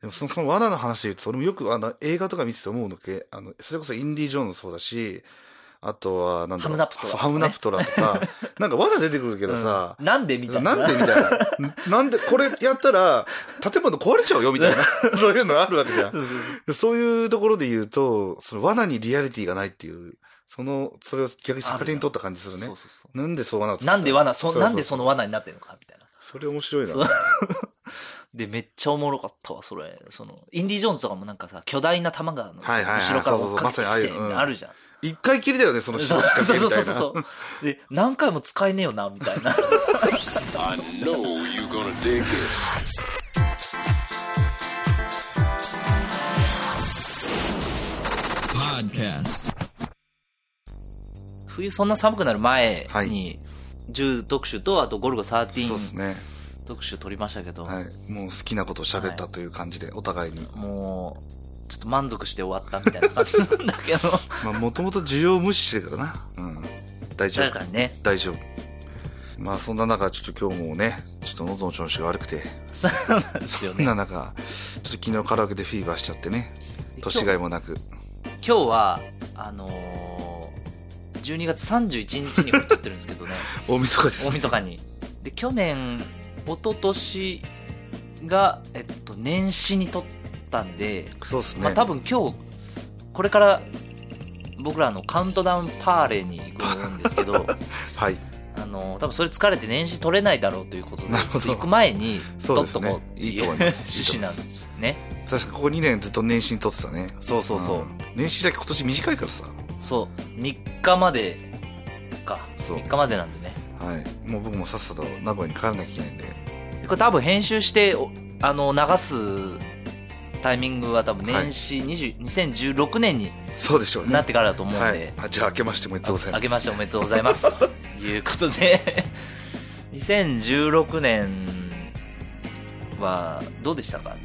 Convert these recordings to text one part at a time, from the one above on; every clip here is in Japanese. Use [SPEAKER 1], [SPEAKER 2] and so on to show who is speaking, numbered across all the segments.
[SPEAKER 1] でもその、その罠の話で言うと、俺もよくあの映画とか見てて思うのけ、あの、それこそインディ・ジョーンズもそうだし、あとは、なんだろう
[SPEAKER 2] ハムナプトラとかね
[SPEAKER 1] そうハムナプトラとか、 なんか罠出てくるけどさ、
[SPEAKER 2] うんなんでみたいな。
[SPEAKER 1] なんでみたいな。 なんで、これやったら、建物壊れちゃうよみたいな。そういうのあるわけじゃん。
[SPEAKER 2] そうそう
[SPEAKER 1] そういうところで言うと、その罠にリアリティがないっていう、その、それを逆に逆手に取った感じす
[SPEAKER 2] そう
[SPEAKER 1] る
[SPEAKER 2] そ
[SPEAKER 1] ね
[SPEAKER 2] う。そ
[SPEAKER 1] なんでそう罠を作
[SPEAKER 2] う。
[SPEAKER 1] った
[SPEAKER 2] なんで罠、そ
[SPEAKER 1] そうそう
[SPEAKER 2] なんでその罠になってるのかみたいな。
[SPEAKER 1] それ面白いな。
[SPEAKER 2] そうで、めっちゃおもろかったわ、それ。その、インディ・ジョーンズとかもなんかさ、巨大な玉が、
[SPEAKER 1] はいはいはい
[SPEAKER 2] 後ろから追っかけて
[SPEAKER 1] そうそうそうまさ
[SPEAKER 2] き
[SPEAKER 1] に
[SPEAKER 2] て、
[SPEAKER 1] ああいううん
[SPEAKER 2] あるじゃん。
[SPEAKER 1] 一回きりだよね、その人の仕掛け
[SPEAKER 2] そ
[SPEAKER 1] み
[SPEAKER 2] う
[SPEAKER 1] た
[SPEAKER 2] そう
[SPEAKER 1] い
[SPEAKER 2] そう
[SPEAKER 1] な。
[SPEAKER 2] そうそう。で、何回も使えねえよな、みたいな。
[SPEAKER 3] I know you're gonna dig this.
[SPEAKER 2] 冬そんな寒くなる前
[SPEAKER 1] は
[SPEAKER 2] に、銃特集と、あとゴルゴ
[SPEAKER 1] そうです
[SPEAKER 2] 13
[SPEAKER 1] ね。
[SPEAKER 2] 特集撮りましたけど、
[SPEAKER 1] はい。もう好きなことを喋ったという感じで、お互いに。
[SPEAKER 2] もう、ちょっと満足して終わったみたいな感じなんだけ ど。
[SPEAKER 1] まあ、もともと需要無視してるからな。うん。大丈
[SPEAKER 2] だ
[SPEAKER 1] 夫
[SPEAKER 2] か。らね、
[SPEAKER 1] 大丈夫。まあ、そんな中、ちょっと今日もね、ちょっと喉の調子が悪くて、
[SPEAKER 2] そうなんですよ
[SPEAKER 1] そん
[SPEAKER 2] ね。
[SPEAKER 1] な中、ちょっと昨日カラオケでフィーバーしちゃってね、年がいもなく。
[SPEAKER 2] 今日は、あのー、12月31日にこれ撮ってるんです けどね、
[SPEAKER 1] 大晦日ですね
[SPEAKER 2] 大。晦日に。で、去年、一昨年が、えっと、年始に撮ったんで、
[SPEAKER 1] そうですね。
[SPEAKER 2] まあ、多分今日これから僕らのカウントダウンパーレに行くんですけ ど
[SPEAKER 1] はい。
[SPEAKER 2] あの多分それ疲れて年始取れないだろうということで
[SPEAKER 1] なるほど
[SPEAKER 2] ちょっと行く前に
[SPEAKER 1] そう
[SPEAKER 2] 取
[SPEAKER 1] で
[SPEAKER 2] っ
[SPEAKER 1] す
[SPEAKER 2] と
[SPEAKER 1] ね
[SPEAKER 2] こうって
[SPEAKER 1] い
[SPEAKER 2] い
[SPEAKER 1] いうと思います
[SPEAKER 2] 趣旨なんですね
[SPEAKER 1] 確かここ2年ずっと年始に撮ってたね。
[SPEAKER 2] そうそうそう、
[SPEAKER 1] ん年始だけ今年短いからさ。
[SPEAKER 2] そう3日までか
[SPEAKER 1] そう
[SPEAKER 2] 3日までなんでね
[SPEAKER 1] はい。もう僕もさっさと名古屋に帰らなきゃいけないんで。
[SPEAKER 2] でこれ多分編集しておあの流すタイミングは多分年始20、2016年に
[SPEAKER 1] そうでしょうね。
[SPEAKER 2] なってからだと思うんで、
[SPEAKER 1] はい。あじゃあ明けましておめでとうございます。
[SPEAKER 2] あけましておめでとうござ います。ということで、2016年はどうでしたか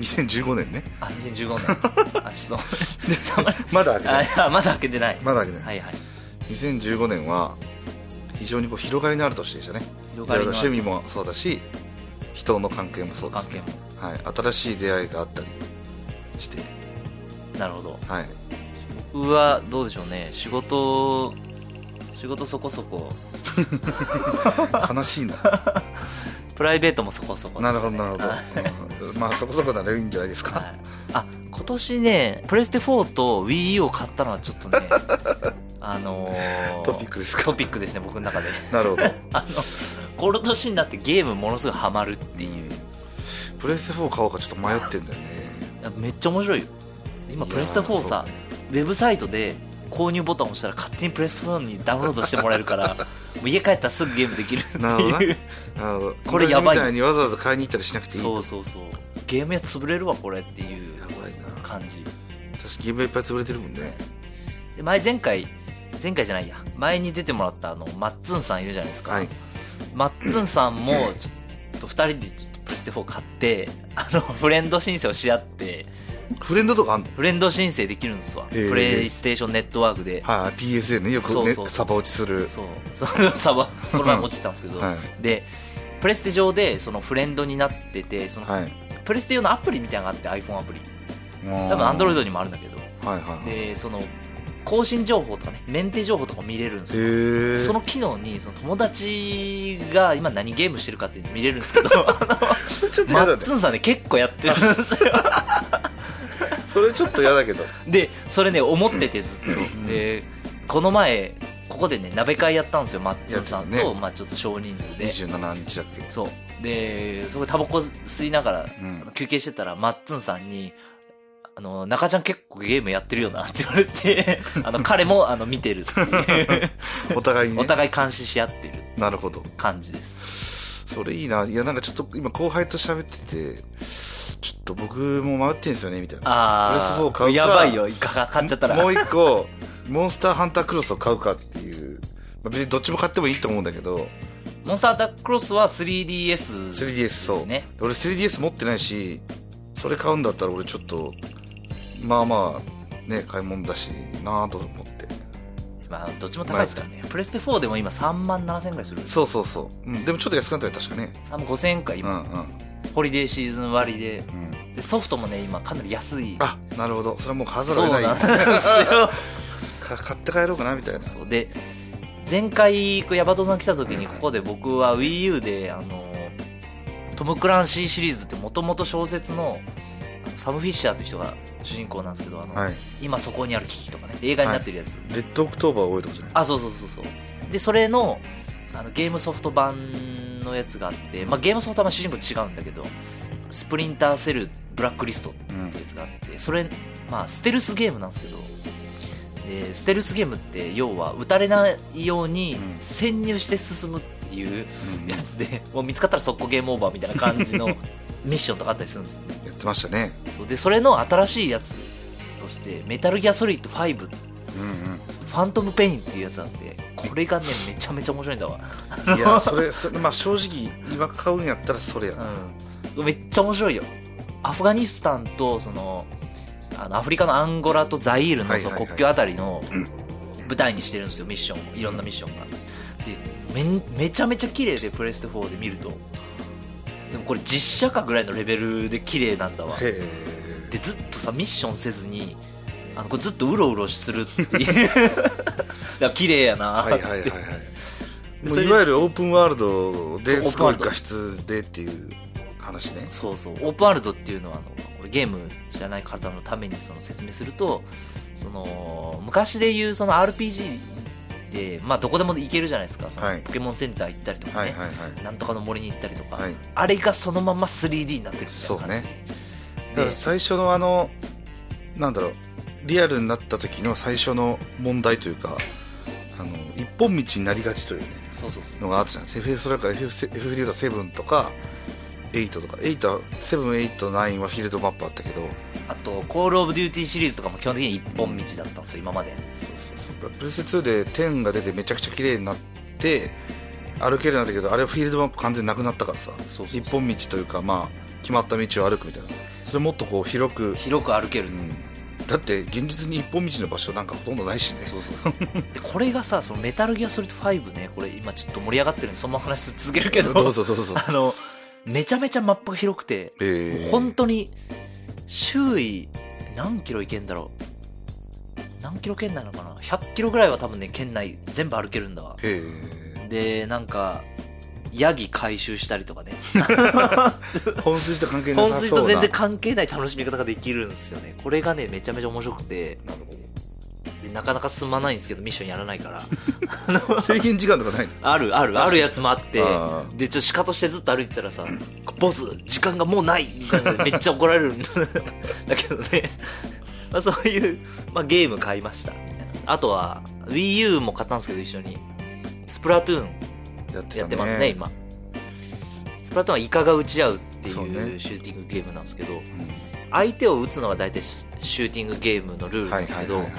[SPEAKER 1] 2015年ね。
[SPEAKER 2] あ、2015年。あ、 ちょっと、
[SPEAKER 1] まだ明け
[SPEAKER 2] あ
[SPEAKER 1] ないい。
[SPEAKER 2] や、まだ開けてない。
[SPEAKER 1] まだ明けな。
[SPEAKER 2] はいいはい。
[SPEAKER 1] 2015年は非常にこう広がりのある年でしたね。
[SPEAKER 2] 広
[SPEAKER 1] いろ
[SPEAKER 2] が
[SPEAKER 1] い
[SPEAKER 2] り
[SPEAKER 1] ろ
[SPEAKER 2] の
[SPEAKER 1] 趣味もそうだし、人の関係もそうで
[SPEAKER 2] 関
[SPEAKER 1] す
[SPEAKER 2] 係
[SPEAKER 1] ね。
[SPEAKER 2] も。
[SPEAKER 1] はい。新しい出会いがあったりして。
[SPEAKER 2] なるほど。
[SPEAKER 1] はい。
[SPEAKER 2] 僕はどうでしょうね。仕事、仕事そこそこ、
[SPEAKER 1] 悲しいな。
[SPEAKER 2] プライベートもそこそこで
[SPEAKER 1] な
[SPEAKER 2] し
[SPEAKER 1] るほど、
[SPEAKER 2] たね、
[SPEAKER 1] なる
[SPEAKER 2] はい
[SPEAKER 1] ほど。うんまあそこそこならいいんじゃないです
[SPEAKER 2] は
[SPEAKER 1] か。
[SPEAKER 2] いあ今年ねプレステ4と WiiU を買ったのはちょっと ねあのー
[SPEAKER 1] トピックです
[SPEAKER 2] ト
[SPEAKER 1] か。
[SPEAKER 2] ピックですね僕の中で
[SPEAKER 1] なるほど。
[SPEAKER 2] あのこの年になってゲームものすごいハマるっていう
[SPEAKER 1] プレステ4買おうかちょっと迷ってんだよね
[SPEAKER 2] めっちゃ面白いよ今プレステ4さ、
[SPEAKER 1] いや
[SPEAKER 2] ウェブサイトで購入ボタンを押したら勝手にプレステ4にダウンロードしてもらえるから もう家帰ったらすぐゲームできるって
[SPEAKER 1] なるほどね
[SPEAKER 2] い
[SPEAKER 1] そう
[SPEAKER 2] う
[SPEAKER 1] ねあの
[SPEAKER 2] これやばい
[SPEAKER 1] 昔みたいにわざわざ買いに行ったりしなくていい
[SPEAKER 2] そ
[SPEAKER 1] と
[SPEAKER 2] うそうそうゲーム屋潰れるわこれっていう
[SPEAKER 1] やばいな
[SPEAKER 2] 感じ
[SPEAKER 1] 私ゲームがいっぱい潰れてるもんね
[SPEAKER 2] で前前回前回じゃないや前に出てもらったあのマッツンさんいるじゃないですか、
[SPEAKER 1] はい
[SPEAKER 2] マッツンさんもちょっと2人でちょっとプレステ4買ってあのフレンド申請をし合って
[SPEAKER 1] フレンドとかあんの
[SPEAKER 2] フレンド申請できるんですわ、
[SPEAKER 1] へー
[SPEAKER 2] プレイステーションネットワークで、
[SPEAKER 1] はい PSN ねよくね
[SPEAKER 2] そうそう
[SPEAKER 1] サバ落ちする
[SPEAKER 2] そうそうサバこの前も落ちてたんですけど、
[SPEAKER 1] は
[SPEAKER 2] でプレステ上でそのフレンドになっててそ
[SPEAKER 1] い
[SPEAKER 2] の
[SPEAKER 1] はい
[SPEAKER 2] プレステ用のアプリみたいなのがあって iPhone アプリ多
[SPEAKER 1] 多
[SPEAKER 2] 分
[SPEAKER 1] ロイ
[SPEAKER 2] Android にもあるんだけど
[SPEAKER 1] ドはいはいはいへ
[SPEAKER 2] でその更新情報とかねメンテ情報とか見れるんですよ
[SPEAKER 1] え
[SPEAKER 2] その機能にその友達が今何ゲームしてるかって見れるんですけ ど
[SPEAKER 1] ちょっと
[SPEAKER 2] マ
[SPEAKER 1] 嫌だ
[SPEAKER 2] ッ
[SPEAKER 1] ね
[SPEAKER 2] ツンさんね結構やってる んですよ
[SPEAKER 1] それちょっと嫌だけど
[SPEAKER 2] でそれね思っててずっとでこの前ここでね鍋会やったんですよマッツンさ
[SPEAKER 1] やっ
[SPEAKER 2] ん
[SPEAKER 1] て
[SPEAKER 2] と、
[SPEAKER 1] たね
[SPEAKER 2] まあ、ちょっと少人数で
[SPEAKER 1] 27日だっけ
[SPEAKER 2] そうでそこでタバコ吸いながら
[SPEAKER 1] うん
[SPEAKER 2] 休憩してたらマッツンさんにあの中ちゃん結構ゲームやってるよなって言われ てあの彼もあの見てるっていう
[SPEAKER 1] お互いにね
[SPEAKER 2] お互い監視し合ってる
[SPEAKER 1] なるほど
[SPEAKER 2] 感じです
[SPEAKER 1] それいいないやなんかちょっと今後輩と喋っててちょっと僕も迷ってんですよねみたいな
[SPEAKER 2] あ
[SPEAKER 1] プレステ4
[SPEAKER 2] あ
[SPEAKER 1] 買うか
[SPEAKER 2] やばいよいかが買っちゃったら
[SPEAKER 1] もう一個モンスターハンタークロスを買うかっていう、まあ、別にどっちも買ってもいいと思うんだけど
[SPEAKER 2] モンスターアタッククロスは 3DS
[SPEAKER 1] 3DS そう、
[SPEAKER 2] ね
[SPEAKER 1] 俺 3DS 持ってないしそれ買うんだったら俺ちょっとまあまあね買い物だしなぁと思って
[SPEAKER 2] まあどっちも高いですからねプレステ4でも今3万7000円くらいする
[SPEAKER 1] そうそうそう、うん、でもちょっと安くなったよ確かね
[SPEAKER 2] 3万5000円か
[SPEAKER 1] うんう
[SPEAKER 2] 今、
[SPEAKER 1] ん
[SPEAKER 2] ホリデーシーズン割で
[SPEAKER 1] うん
[SPEAKER 2] でソフトもね今かなり安い
[SPEAKER 1] あなるほどそれはもう数
[SPEAKER 2] そう
[SPEAKER 1] が
[SPEAKER 2] な
[SPEAKER 1] なんい
[SPEAKER 2] ですよ
[SPEAKER 1] か買って帰ろうかなみたいな
[SPEAKER 2] そうそうで前回こうヤバトさん来た時にここで僕は WiiU であのトム・クランシーシリーズってもともと小説のあのサム・フィッシャーという人が主人公なんですけどあの、
[SPEAKER 1] はい
[SPEAKER 2] 今そこにある危機とかね映画になってるやつ、
[SPEAKER 1] レッドオクトーバーを覚えてことね
[SPEAKER 2] あそうそうそうそうでそれのあのゲームソフト版のやつがあって、まあ、ゲームソフト版は主人公違うんだけどスプリンターセルブラックリスト
[SPEAKER 1] う
[SPEAKER 2] っ
[SPEAKER 1] ん
[SPEAKER 2] てやつがあってそれまあステルスゲームなんですけどでステルスゲームって要は撃たれないように
[SPEAKER 1] うん
[SPEAKER 2] 潜入して進むっていう
[SPEAKER 1] うん
[SPEAKER 2] や
[SPEAKER 1] や
[SPEAKER 2] つで、 もう見つかったら速攻ゲームオーバーみたいな感じの ミッションとかあったりするんですよね
[SPEAKER 1] ってましたね
[SPEAKER 2] そうでそれの新しいやつとしてメタルギアソリッド5
[SPEAKER 1] うん
[SPEAKER 2] ファントムペインっていうやつなんでこれがねめちゃめちゃ面白いんだわ、
[SPEAKER 1] うんいやそれそれまあ正直今買うんやったらそれやな
[SPEAKER 2] うん、めっちゃ面白いよアフガニスタンとそのあのアフリカのアンゴラとザイールの
[SPEAKER 1] はい
[SPEAKER 2] そ
[SPEAKER 1] はい
[SPEAKER 2] の
[SPEAKER 1] はい
[SPEAKER 2] 国境あたりの舞台にしてるんですよミッションをいろんなミッションがでめんめちゃめちゃ綺麗でプレステ4で見るとでもこれ実写化ぐらいのレベルで綺麗なんだわ
[SPEAKER 1] へえ
[SPEAKER 2] でずっとさミッションせずにあのこれずっとうろうろするって いう だから綺麗やな、
[SPEAKER 1] はいはい はいはいも
[SPEAKER 2] そうれ
[SPEAKER 1] いわゆるオープンワールドで
[SPEAKER 2] そう
[SPEAKER 1] すご
[SPEAKER 2] オープンワー
[SPEAKER 1] い
[SPEAKER 2] ルド
[SPEAKER 1] 画質でっていう話ね
[SPEAKER 2] そうそうオープンワールドっていうのはあのこれゲーム知らない方のためにその説明するとその昔でいうその RPG で、まあ、どこでも行けるじゃないですかその
[SPEAKER 1] はい
[SPEAKER 2] ポケモンセンター行ったりとかね、
[SPEAKER 1] はいはい
[SPEAKER 2] なんとかの森に行ったりとか、
[SPEAKER 1] はいはい
[SPEAKER 2] あれがそのまま 3D になってるみたいな感じ
[SPEAKER 1] そうねだから最初のあのなんだろうリアルになった時の最初の問題というかあの一本道になりがちというね
[SPEAKER 2] でそうそうそう
[SPEAKER 1] のがあったじゃん FF それから FF, FF で言うと7とか8とか8は789はフィールドマップあったけどそう
[SPEAKER 2] あと「コール・オブ・デューティー」シリーズとかも基本的に一本道だったんですよ今まで
[SPEAKER 1] そうそうプレステ2で10が出てめちゃくちゃ綺麗になって歩けるようになったけどあれはフィールドマップ完全になくなったからさ
[SPEAKER 2] そうそうそう
[SPEAKER 1] 一本道というかまあ決まった道を歩くみたいなそれもっとこう広く、
[SPEAKER 2] 広く歩ける、
[SPEAKER 1] うん、だって現実に一本道の場所なんかほとんどないしね
[SPEAKER 2] そうそうそうでこれがさそのメタルギアソリッド5ねこれ今ちょっと盛り上がってるんでそのまま話続けるけど
[SPEAKER 1] どうぞどう ぞ
[SPEAKER 2] あのめちゃめちゃマップが広くて、
[SPEAKER 1] えー
[SPEAKER 2] 本当に周囲何キロ行けんだろう何キロ圏内なのかな100キロぐらいは多分ね県内全部歩けるんだわ
[SPEAKER 1] へ
[SPEAKER 2] でなんかヤギ回収したりとかね
[SPEAKER 1] ー本筋と関係な
[SPEAKER 2] 本
[SPEAKER 1] さ
[SPEAKER 2] 水
[SPEAKER 1] そうな
[SPEAKER 2] と全然関係ない楽しみ方ができるんですよねこれがねめちゃめちゃ面白くて
[SPEAKER 1] なるほど
[SPEAKER 2] でなかなか進まないんですけどミッションやらないから
[SPEAKER 1] 制限時間とか ないの
[SPEAKER 2] あるあるあるやつもあって
[SPEAKER 1] あー
[SPEAKER 2] でちょっと鹿としてずっと歩いてたらさ「ボス時間がもうない!」みたいなのでめっちゃ怒られるん だけどね、 まあ、そういう、まあ、ゲーム買いましたみたいなあとは WiiU も買ったんですけど一緒にスプラトゥーン
[SPEAKER 1] やって
[SPEAKER 2] や
[SPEAKER 1] た
[SPEAKER 2] っ
[SPEAKER 1] ね
[SPEAKER 2] てますね今スプラトゥーンはイカが打ち合うって
[SPEAKER 1] そう
[SPEAKER 2] いう
[SPEAKER 1] ね
[SPEAKER 2] シューティングゲームなんですけど、
[SPEAKER 1] うん
[SPEAKER 2] 相手を打つのが大体シシューティングゲームのルールな
[SPEAKER 1] は
[SPEAKER 2] ん
[SPEAKER 1] い
[SPEAKER 2] です
[SPEAKER 1] は
[SPEAKER 2] け
[SPEAKER 1] い
[SPEAKER 2] ど、
[SPEAKER 1] はいは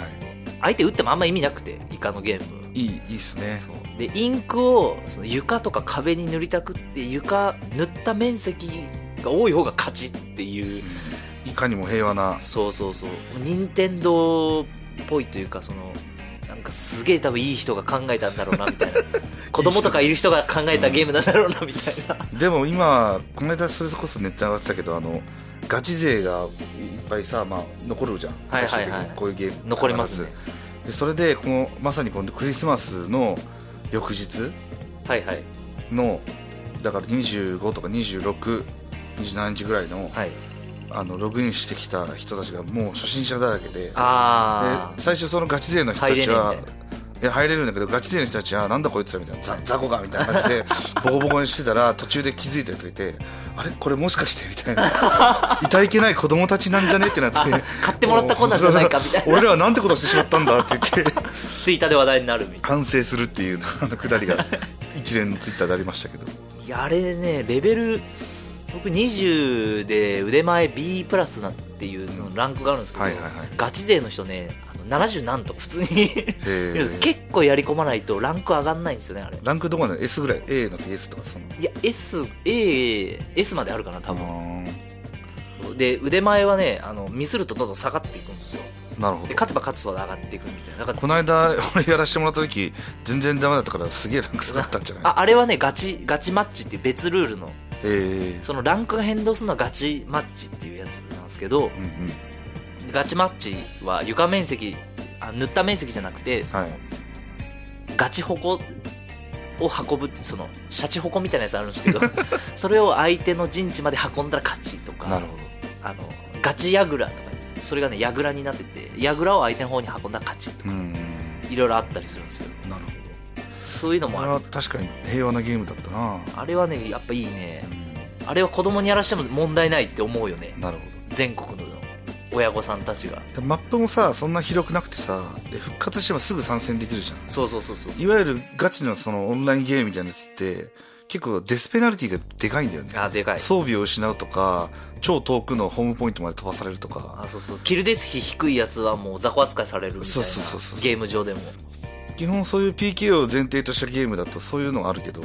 [SPEAKER 2] 相手打ってもあんま意味なくてイカのゲーム
[SPEAKER 1] いいいいいですね
[SPEAKER 2] そうでインクをその床とか壁に塗りたくって床塗った面積が多い方が勝ちっていう
[SPEAKER 1] いかにも平和な
[SPEAKER 2] そうそうそう任天堂っぽいというかそのなんかすげえ多分いい人が考えたんだろうなみたい な子供とかいる人が考えたゲームなんだろうなみたいな、
[SPEAKER 1] でも今この間それこそネットに上がってたけどあのガチ勢がいっぱいさ、まあ、残るじゃん、
[SPEAKER 2] はいはいはい
[SPEAKER 1] 最終的にこういうゲーム
[SPEAKER 2] 残りますね
[SPEAKER 1] 必ずでそれでこのまさにこのクリスマスの翌日
[SPEAKER 2] はいはい
[SPEAKER 1] のだから25とか2627日ぐらいの,、
[SPEAKER 2] はい
[SPEAKER 1] あのログインしてきた人たちがもう初心者だらけでで
[SPEAKER 2] ああ
[SPEAKER 1] 最初そのガチ勢の人た
[SPEAKER 2] 入れ
[SPEAKER 1] ち
[SPEAKER 2] ねえみた
[SPEAKER 1] はい
[SPEAKER 2] ない
[SPEAKER 1] や入れるんだけどガチ勢の人たちはなんだこいつらみたいなざ雑魚かみたいな感じ でボコボコにしてたら途中で気づいたやつがいてあれこれもしかしてみたいな いたいけない子供たちなんじゃねってなって
[SPEAKER 2] 買ってもらった子なんじ ゃないかみたいな
[SPEAKER 1] 俺らはなんてことしてしまったんだって言って
[SPEAKER 2] ツイッターで話題になるみたいな
[SPEAKER 1] 反省するっていうあのくだりが一連のツイッターでありましたけど
[SPEAKER 2] いやあれねレベル僕20で腕前 B プラスなっていうそのランクがあるんですけど、
[SPEAKER 1] はいはいはい
[SPEAKER 2] ガチ勢の人ねあの70なんとか普通に
[SPEAKER 1] えー
[SPEAKER 2] 結構やり込まないとランク上がんないんですよねあれ
[SPEAKER 1] ランクどこなの S ぐらい A の次 S とかその
[SPEAKER 2] いや SAS まであるかな多
[SPEAKER 1] あ
[SPEAKER 2] 分、で腕前はねあのミスるとどんどん下がっていくんですよ
[SPEAKER 1] ーなるほ
[SPEAKER 2] で
[SPEAKER 1] ど
[SPEAKER 2] 勝てば勝つほど上がっていくみたいなだから
[SPEAKER 1] この間 俺やらせてもらった時全然ダメだったからすげえランク下がったんじゃない
[SPEAKER 2] ああれはねガチガチマッチっていう別ルールの
[SPEAKER 1] ええ
[SPEAKER 2] そのランクが変動するのはガチマッチっていうやつなんですけど
[SPEAKER 1] うんうん
[SPEAKER 2] ガチマッチは床面積あ塗った面積じゃなくてその
[SPEAKER 1] はい
[SPEAKER 2] ガチホコを運ぶってそのシャチホコみたいなやつあるんで すけどそれを相手の陣地まで運んだら勝ちとか
[SPEAKER 1] なるほど
[SPEAKER 2] あのガチヤグラとか言ってそれがねヤグラになっててヤグラを相手の方に運んだら勝ちとか
[SPEAKER 1] うんうん
[SPEAKER 2] いろいろあったりするんですけど
[SPEAKER 1] なるほど
[SPEAKER 2] そういうの
[SPEAKER 1] こ
[SPEAKER 2] も
[SPEAKER 1] れ
[SPEAKER 2] あ
[SPEAKER 1] は
[SPEAKER 2] る
[SPEAKER 1] 確かに平和なゲームだったな
[SPEAKER 2] あれはねやっぱいいね
[SPEAKER 1] う
[SPEAKER 2] あれは子供にやらしても問題ないって思うよね
[SPEAKER 1] んなるほど
[SPEAKER 2] 全国の親御さんたちが
[SPEAKER 1] でマップもさそんな広くなくてさで復活してもすぐ参戦できるじゃん
[SPEAKER 2] そうそうそうそうそう
[SPEAKER 1] いわゆるガチのそのオンラインゲームみたいなやつって結構デスペナルティがでかいんだよね
[SPEAKER 2] あでかい
[SPEAKER 1] 装備を失うとか超遠くのホームポイントまで飛ばされるとか
[SPEAKER 2] あそうそうキルデス比低いやつはもう雑魚扱いされるみたい
[SPEAKER 1] そう
[SPEAKER 2] な
[SPEAKER 1] そうそうそう
[SPEAKER 2] ゲーム上でも
[SPEAKER 1] 基本そういう PK を前提としたゲームだとそういうのがあるけど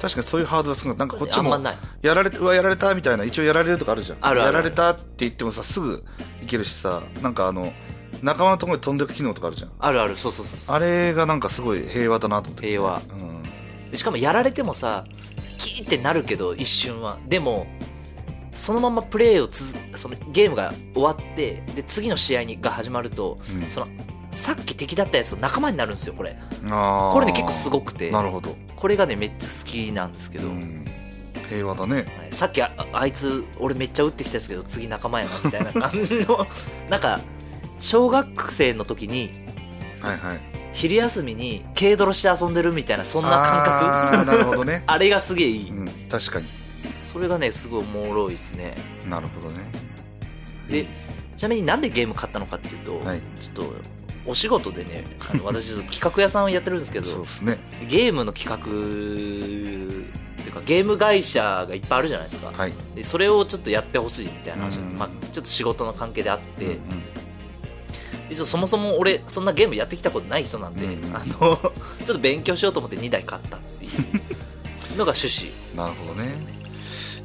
[SPEAKER 1] 確かにそういうハードルはすごいなんかこっち
[SPEAKER 2] あんま
[SPEAKER 1] も
[SPEAKER 2] ない
[SPEAKER 1] やられたうわやられたみたいな一応やられるとかあるじゃん
[SPEAKER 2] あるある
[SPEAKER 1] やられたって言ってもさすぐ行けるしさなんかあの仲間のところに飛んでく機能とかあるじゃん
[SPEAKER 2] あるあるそうそうそうそ
[SPEAKER 1] あれがなんかすごい平和だなと思っ
[SPEAKER 2] う
[SPEAKER 1] て
[SPEAKER 2] 平和
[SPEAKER 1] うん
[SPEAKER 2] でしかもやられてもさキーってなるけど一瞬はでもそのままプレーをつづそのゲームが終わってで次の試合にが始まると
[SPEAKER 1] うん
[SPEAKER 2] そのさっき敵だったやつと仲間になるんですよこれ
[SPEAKER 1] あー
[SPEAKER 2] これね結構すごくて
[SPEAKER 1] なるほど、
[SPEAKER 2] これがねめっちゃ好きなんですけ
[SPEAKER 1] う
[SPEAKER 2] ど、
[SPEAKER 1] ん、平和だね
[SPEAKER 2] はいさっきあああいつ俺めっちゃ打ってきたやつけど次仲間やなみたいな感じの なんか小学生の時に
[SPEAKER 1] はいはい
[SPEAKER 2] 昼休みに軽泥して遊んでるみたいなそんな感覚
[SPEAKER 1] あーなるほどね、
[SPEAKER 2] あれがすげえいい、
[SPEAKER 1] うん、確かに
[SPEAKER 2] それがねすごいおもろいですね
[SPEAKER 1] なるほどね
[SPEAKER 2] でちなみになんでゲーム買ったのかっていうと、
[SPEAKER 1] はい
[SPEAKER 2] ちょっとお仕事でね あの私ちょっと企画屋さんをやってるんですけど
[SPEAKER 1] そうですね
[SPEAKER 2] ゲームの企画っていうかゲーム会社がいっぱいあるじゃないですか、
[SPEAKER 1] はい
[SPEAKER 2] でそれをちょっとやってほしいみたいな話、
[SPEAKER 1] うん
[SPEAKER 2] まあ、ちょっと仕事の関係であって、
[SPEAKER 1] うん
[SPEAKER 2] でちょっとそもそも俺そんなゲームやってきたことない人なんで、
[SPEAKER 1] うん
[SPEAKER 2] あの ちょっと勉強しようと思って2台買ったっていうのが趣旨
[SPEAKER 1] うんなるほどね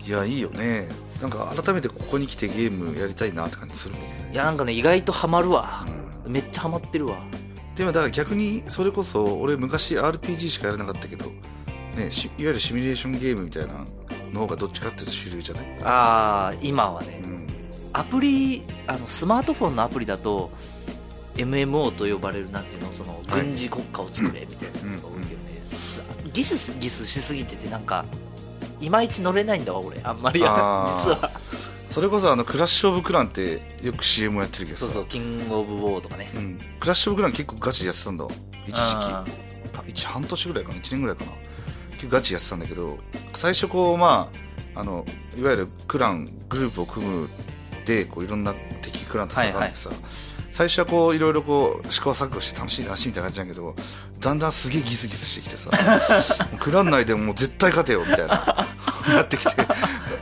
[SPEAKER 1] いやいいよねなんか改めてここに来てゲームやりたいなって感じするもんね
[SPEAKER 2] いやなんかね意外とハマるわ
[SPEAKER 1] う、ん
[SPEAKER 2] めっちゃハマってるわ
[SPEAKER 1] でもだから逆にそれこそ俺昔 RPG しかやらなかったけど、ね、しいわゆるシミュレーションゲームみたいなの方がどっちかっていうと主流じゃない、
[SPEAKER 2] ああ今はね
[SPEAKER 1] うん、
[SPEAKER 2] アプリあのスマートフォンのアプリだと MMO と呼ばれるなんていうのその
[SPEAKER 1] はい
[SPEAKER 2] 軍事国家を作れみたいなやつが多いよね、ちょっとギスギスしすぎててなんかいまいち乗れないんだわ俺あんまり実
[SPEAKER 1] あー
[SPEAKER 2] は
[SPEAKER 1] それこそあのクラッシュ・オブ・クランってよく CM やってるけどさ
[SPEAKER 2] そうそうキングオブウォーとかね
[SPEAKER 1] うん、クラッシュ・オブ・クラン結構ガチでやってたんだわ一時期
[SPEAKER 2] あー
[SPEAKER 1] あ一半年ぐらいかな1年ぐらいかな結構ガチやってたんだけど最初こうまああのいわゆるクラングループを組むでこういろんな敵クランと戦うんでさ、最初はこういろいろこう試行錯誤して楽しい楽しいみたいな感じなんだけどだんだんすげえギスギスしてきてさ クラン内でもう絶対勝てよみたいな なってきて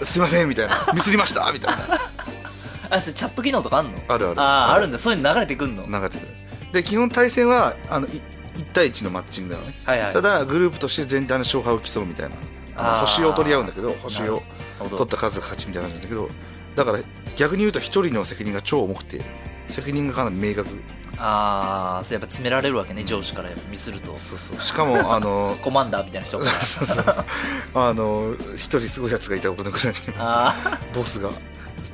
[SPEAKER 1] すいませんみたいなミスりましたみたいな
[SPEAKER 2] あそれチャット機能とかあんの
[SPEAKER 1] あるある
[SPEAKER 2] あーあるんだそういうの流れてくんの
[SPEAKER 1] 流れてくるで基本対戦はあのい1対1のマッチングなのね
[SPEAKER 2] はいはい
[SPEAKER 1] ただグループとして全体の勝敗を競うみたいなあの
[SPEAKER 2] あー
[SPEAKER 1] 星を取り合うんだけど
[SPEAKER 2] な
[SPEAKER 1] 星
[SPEAKER 2] る
[SPEAKER 1] を
[SPEAKER 2] ほど
[SPEAKER 1] 取った数が勝ちみたいな感じなんだけどだから逆に言うと1人の責任が超重くて責任がかなり明確
[SPEAKER 2] ああそれやっぱ詰められるわけね上司からやっぱミスると
[SPEAKER 1] そうそうしかもあの
[SPEAKER 2] コマンダーみたいな人が
[SPEAKER 1] そうそうあの1人すごいやつがいた僕のくらいに
[SPEAKER 2] あ
[SPEAKER 1] ボスが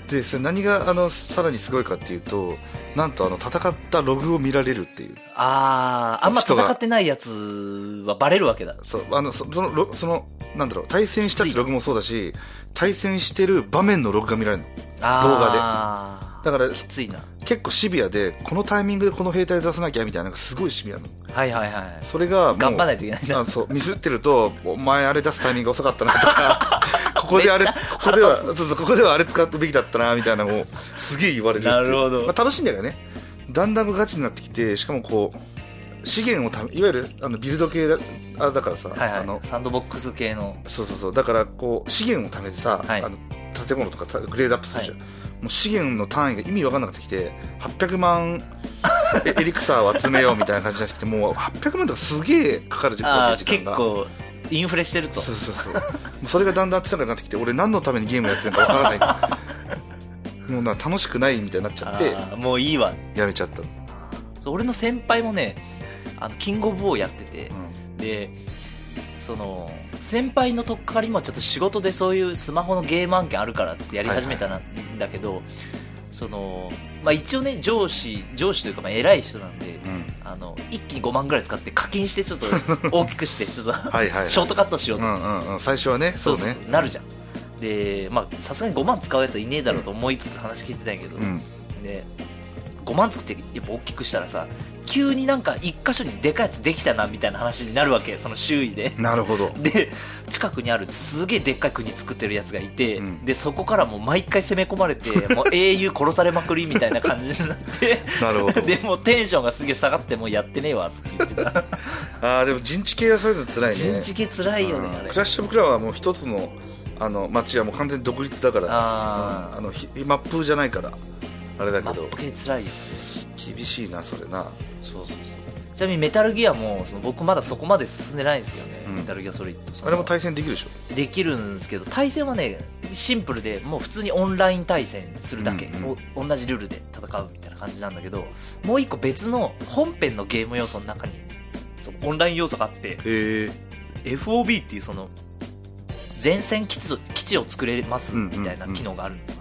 [SPEAKER 1] でそれ何があのさらにすごいかっていうとなんとあの戦ったログを見られるっていう
[SPEAKER 2] ーあーあんま戦ってないやつはバレるわけだ
[SPEAKER 1] そうあのそそのロそのなんだろう対戦したってログもそうだし対戦してる場面のログが見られるの
[SPEAKER 2] あー
[SPEAKER 1] だから
[SPEAKER 2] きついな
[SPEAKER 1] 結構シビアでこのタイミングでこの兵隊出さなきゃみたいなのがすごいシビアなの
[SPEAKER 2] はいはいはい
[SPEAKER 1] それがもう
[SPEAKER 2] 頑張らないといけないんだ
[SPEAKER 1] あそうミスってるとお前あれ出すタイミング遅かったなとかここであれ
[SPEAKER 2] め
[SPEAKER 1] こ
[SPEAKER 2] っ
[SPEAKER 1] こ
[SPEAKER 2] ちゃ
[SPEAKER 1] ではそうそうここではあれ使うべきだったなみたいなのをすげえ言われるっていう
[SPEAKER 2] なるほど
[SPEAKER 1] まあ、楽しいんだけどねだんだんガチになってきてしかもこう資源をたいわゆるあのビルド系だあだからさ、
[SPEAKER 2] はい
[SPEAKER 1] あ
[SPEAKER 2] は
[SPEAKER 1] の
[SPEAKER 2] いサンドボックス系の
[SPEAKER 1] そうそうそうだからこう資源を貯めてさ、
[SPEAKER 2] はい
[SPEAKER 1] あの建物とかさグレードアップするじゃん、もう資源の単位が意味わかんなくなってきて800万 エエリクサーを集めようみたいな感じになってきてもう800万とかすげえかかるじゃ
[SPEAKER 2] あ
[SPEAKER 1] ん
[SPEAKER 2] ー
[SPEAKER 1] 時
[SPEAKER 2] 結
[SPEAKER 1] 間が
[SPEAKER 2] 構インフレしてると
[SPEAKER 1] そうそうそうもうそれがだんだん強くなってきて俺何のためにゲームやってるのかわからない もうなんか楽しくないみたいになっちゃっ
[SPEAKER 2] あ
[SPEAKER 1] て
[SPEAKER 2] ーもういいわ
[SPEAKER 1] やめちゃったの、
[SPEAKER 2] そう俺の先輩もねあのキングオブウォーやってて
[SPEAKER 1] う
[SPEAKER 2] でその先輩のとっかかりもちょっと仕事でそういうスマホのゲーム案件あるからっつってやり始めたな
[SPEAKER 1] は
[SPEAKER 2] んだけど、その、まあ、一応ね上司上司というかまあ偉い人なんで、
[SPEAKER 1] うん
[SPEAKER 2] あの一気に5万ぐらい使って課金してちょっと大きくしてちょっと
[SPEAKER 1] はいはいはい
[SPEAKER 2] ショートカットしよう
[SPEAKER 1] う
[SPEAKER 2] と、
[SPEAKER 1] んうんうん最初はね
[SPEAKER 2] そ
[SPEAKER 1] そうう
[SPEAKER 2] そう
[SPEAKER 1] ね
[SPEAKER 2] なるじゃんでまあさすがに5万使うやつはいねえだろうと思いつつ話聞いてたんやけど、
[SPEAKER 1] うん
[SPEAKER 2] で5万作ってやっぱ大きくしたらさ急になんか一箇所にでかいやつできたなみたいな話になるわけその周囲で
[SPEAKER 1] なるほど
[SPEAKER 2] で近くにあるすげえでっかい国作ってるやつがいて、
[SPEAKER 1] うん
[SPEAKER 2] でそこからもう毎回攻め込ま れてもう英雄殺されまくりみたいな感じになって
[SPEAKER 1] なるほど
[SPEAKER 2] でもうテンションがすげえ下がってもうやってねえわって言ってた
[SPEAKER 1] ああでも陣地系はそれぞれ辛いね
[SPEAKER 2] 人事系つらいよね
[SPEAKER 1] うん
[SPEAKER 2] あれ
[SPEAKER 1] クラッシュ・オブ・クラウンはもう一つのあの町はもう完全に独立だから
[SPEAKER 2] あー
[SPEAKER 1] うんあのひマップじゃないからあれだ
[SPEAKER 2] マ
[SPEAKER 1] け
[SPEAKER 2] ッ
[SPEAKER 1] ど
[SPEAKER 2] プ系つらいよ
[SPEAKER 1] 厳しいなそれな
[SPEAKER 2] そうそうそうちなみにメタルギアもその僕まだそこまで進んでないんですけどね、
[SPEAKER 1] うん
[SPEAKER 2] メタルギアソリッドその
[SPEAKER 1] あれも対戦できるでしょ
[SPEAKER 2] できるんですけど対戦はねシンプルでもう普通にオンライン対戦するだけ、
[SPEAKER 1] うん
[SPEAKER 2] お同じルールで戦うみたいな感じなんだけどもう一個別の本編のゲーム要素の中にそのオンライン要素があっ
[SPEAKER 1] へ
[SPEAKER 2] て
[SPEAKER 1] え
[SPEAKER 2] FOB っていうその前線基地を基地を作れますみたいな機能があるんだよ、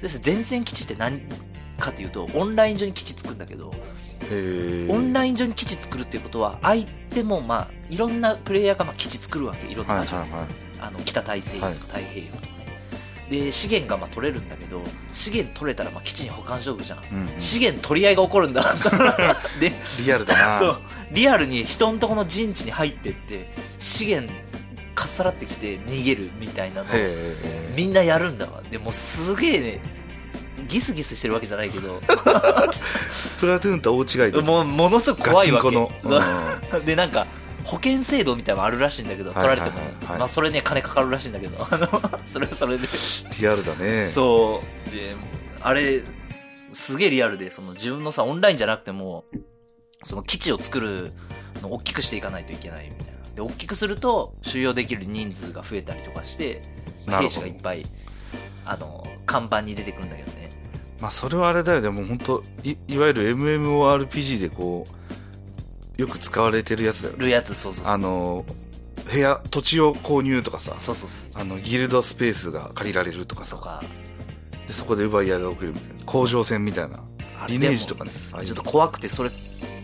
[SPEAKER 2] です前線基地って何かというとオンライン上に基地作るんだけど
[SPEAKER 1] へえ
[SPEAKER 2] オン
[SPEAKER 1] イ
[SPEAKER 2] ライン上に基地作るっていうことは相手もまあいろんなプレイヤーがまあ基地作るわけいろんな
[SPEAKER 1] は
[SPEAKER 2] 場
[SPEAKER 1] い
[SPEAKER 2] 所に
[SPEAKER 1] はいはい
[SPEAKER 2] あの北大西洋とか太平洋とかね、で資源がまあ取れるんだけど資源取れたらまあ基地に保管しておくじゃん、
[SPEAKER 1] うんうん
[SPEAKER 2] 資源取り合いが起こるん だで
[SPEAKER 1] リアルだな
[SPEAKER 2] そうリアルに人のとこの陣地に入ってって資源かっさらってきて逃げるみたいな
[SPEAKER 1] へ
[SPEAKER 2] の
[SPEAKER 1] え
[SPEAKER 2] みんなやるんだわでもうすげえねギスギスしてるわけじゃないけ ど
[SPEAKER 1] スプラトゥーンとは大違いだ
[SPEAKER 2] もうものすごく
[SPEAKER 1] ガ
[SPEAKER 2] 怖い
[SPEAKER 1] チン
[SPEAKER 2] わけ
[SPEAKER 1] コのうん
[SPEAKER 2] そう でなんか保険制度みたいなのあるらしいんだけど
[SPEAKER 1] はい
[SPEAKER 2] 取
[SPEAKER 1] は
[SPEAKER 2] ら
[SPEAKER 1] い
[SPEAKER 2] れ
[SPEAKER 1] はい
[SPEAKER 2] ても、
[SPEAKER 1] はい
[SPEAKER 2] まあ、それね金かかるらしいんだけどあ のそれはそれで
[SPEAKER 1] リアルだね
[SPEAKER 2] そうであれすげえリアルでその自分のさオンラインじゃなくてもその基地を作るのを大きくしていかないといけないみたいなで大きくすると収容できる人数が増えたりとかして
[SPEAKER 1] なる
[SPEAKER 2] 兵
[SPEAKER 1] ほ
[SPEAKER 2] 士
[SPEAKER 1] ど
[SPEAKER 2] がいっぱいあの看板に出てくるんだけどね
[SPEAKER 1] まあそれはあれだよねもう本当いいわゆる MMORPG でこうよく使われてるやつだよね
[SPEAKER 2] るやつそうそうそう
[SPEAKER 1] あの部屋土地を購入とかさ
[SPEAKER 2] そうそうそう
[SPEAKER 1] あのギルドスペースが借りられるとか
[SPEAKER 2] と
[SPEAKER 1] さ
[SPEAKER 2] か
[SPEAKER 1] でそこで奪い合いが起きるみたいな工場戦みたいな
[SPEAKER 2] あれ
[SPEAKER 1] リネージとかねああい
[SPEAKER 2] ち
[SPEAKER 1] う
[SPEAKER 2] ょっと
[SPEAKER 1] の
[SPEAKER 2] 怖くてそれ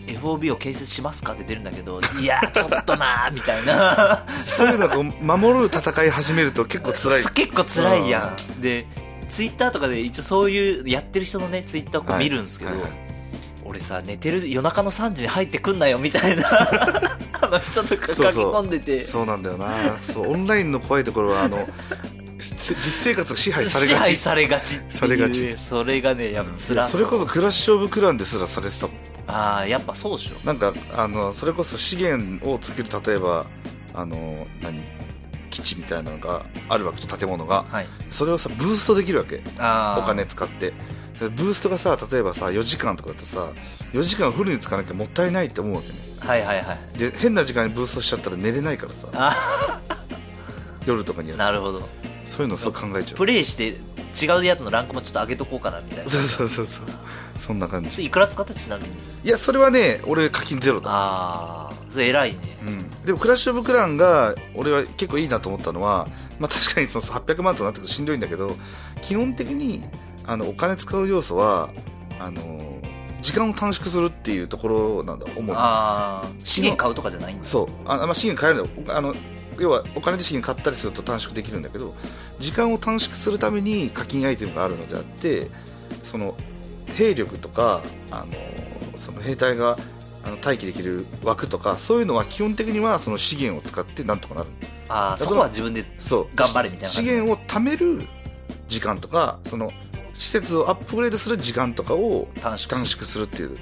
[SPEAKER 2] FOB を建設しますかって出るんだけどいやちょっとなーみたいな
[SPEAKER 1] そういうのこう守る戦い始めると結構辛い
[SPEAKER 2] す結構辛いやんでツイッターとかで一応そういうやってる人のねツイッターをこう
[SPEAKER 1] はい
[SPEAKER 2] 見るんですけど、
[SPEAKER 1] はいはい
[SPEAKER 2] 俺さ寝てる夜中の3時に入ってくんなよみた いなあの人とか書き
[SPEAKER 1] そうそう
[SPEAKER 2] 込んでて
[SPEAKER 1] そうなんだよなそうオンラインの怖いところはあの実生活が支配され
[SPEAKER 2] 支
[SPEAKER 1] が
[SPEAKER 2] 配
[SPEAKER 1] ち
[SPEAKER 2] されがちっていう、ね、
[SPEAKER 1] されがち
[SPEAKER 2] それがねやっぱ
[SPEAKER 1] いや
[SPEAKER 2] 辛
[SPEAKER 1] そ
[SPEAKER 2] そう
[SPEAKER 1] れこそクラッシュ・オブ・クラウンですらされてたもん
[SPEAKER 2] ああやっぱそうでしょ
[SPEAKER 1] なんかあのそれこそ資源を作る例えばあの何基地みたいなのがあるわけじゃん建物が
[SPEAKER 2] はい
[SPEAKER 1] それをさブーストできるわけ
[SPEAKER 2] ああ
[SPEAKER 1] お金使ってでブーストがさ例えばさ4時間とかだとさ4時間フルに使わなきゃもったいないって思うわけね
[SPEAKER 2] はいはいはい
[SPEAKER 1] で変な時間にブーストしちゃったら寝れないからさ
[SPEAKER 2] あ
[SPEAKER 1] 夜とかにやる
[SPEAKER 2] なるほど
[SPEAKER 1] そういうのそう考えちゃ
[SPEAKER 2] プレイして違うやつのランクもちょっと上げとこうかなみたいうな
[SPEAKER 1] そうそうそうそうそんな感
[SPEAKER 2] そ
[SPEAKER 1] じ
[SPEAKER 2] れいくら使ったちなみに
[SPEAKER 1] いやそれはね俺課金ゼロだ
[SPEAKER 2] ああそれ偉いね
[SPEAKER 1] うん、でもクラッシュ・オブ・クランが俺は結構いいなと思ったのは、まあ、確かにその800万となってくるとしんどいんだけど基本的にあのお金使う要素はあの時間を短縮するっていうところなんだ思う
[SPEAKER 2] ああ資源買うとかじゃないんだ
[SPEAKER 1] そうあ、まあ、資源買えるんだよあの要はお金で資源買ったりすると短縮できるんだけど時間を短縮するために課金アイテムがあるのであってその兵力とかあのその兵隊があの待機できる枠とかそういうのは基本的にはその資源を使ってなんとかなる
[SPEAKER 2] ああそこは自分で
[SPEAKER 1] そう
[SPEAKER 2] 頑張れみたいな
[SPEAKER 1] 資源を貯める時間とかその施設をアップグレードする時間とかを
[SPEAKER 2] 短縮
[SPEAKER 1] 短縮するっていう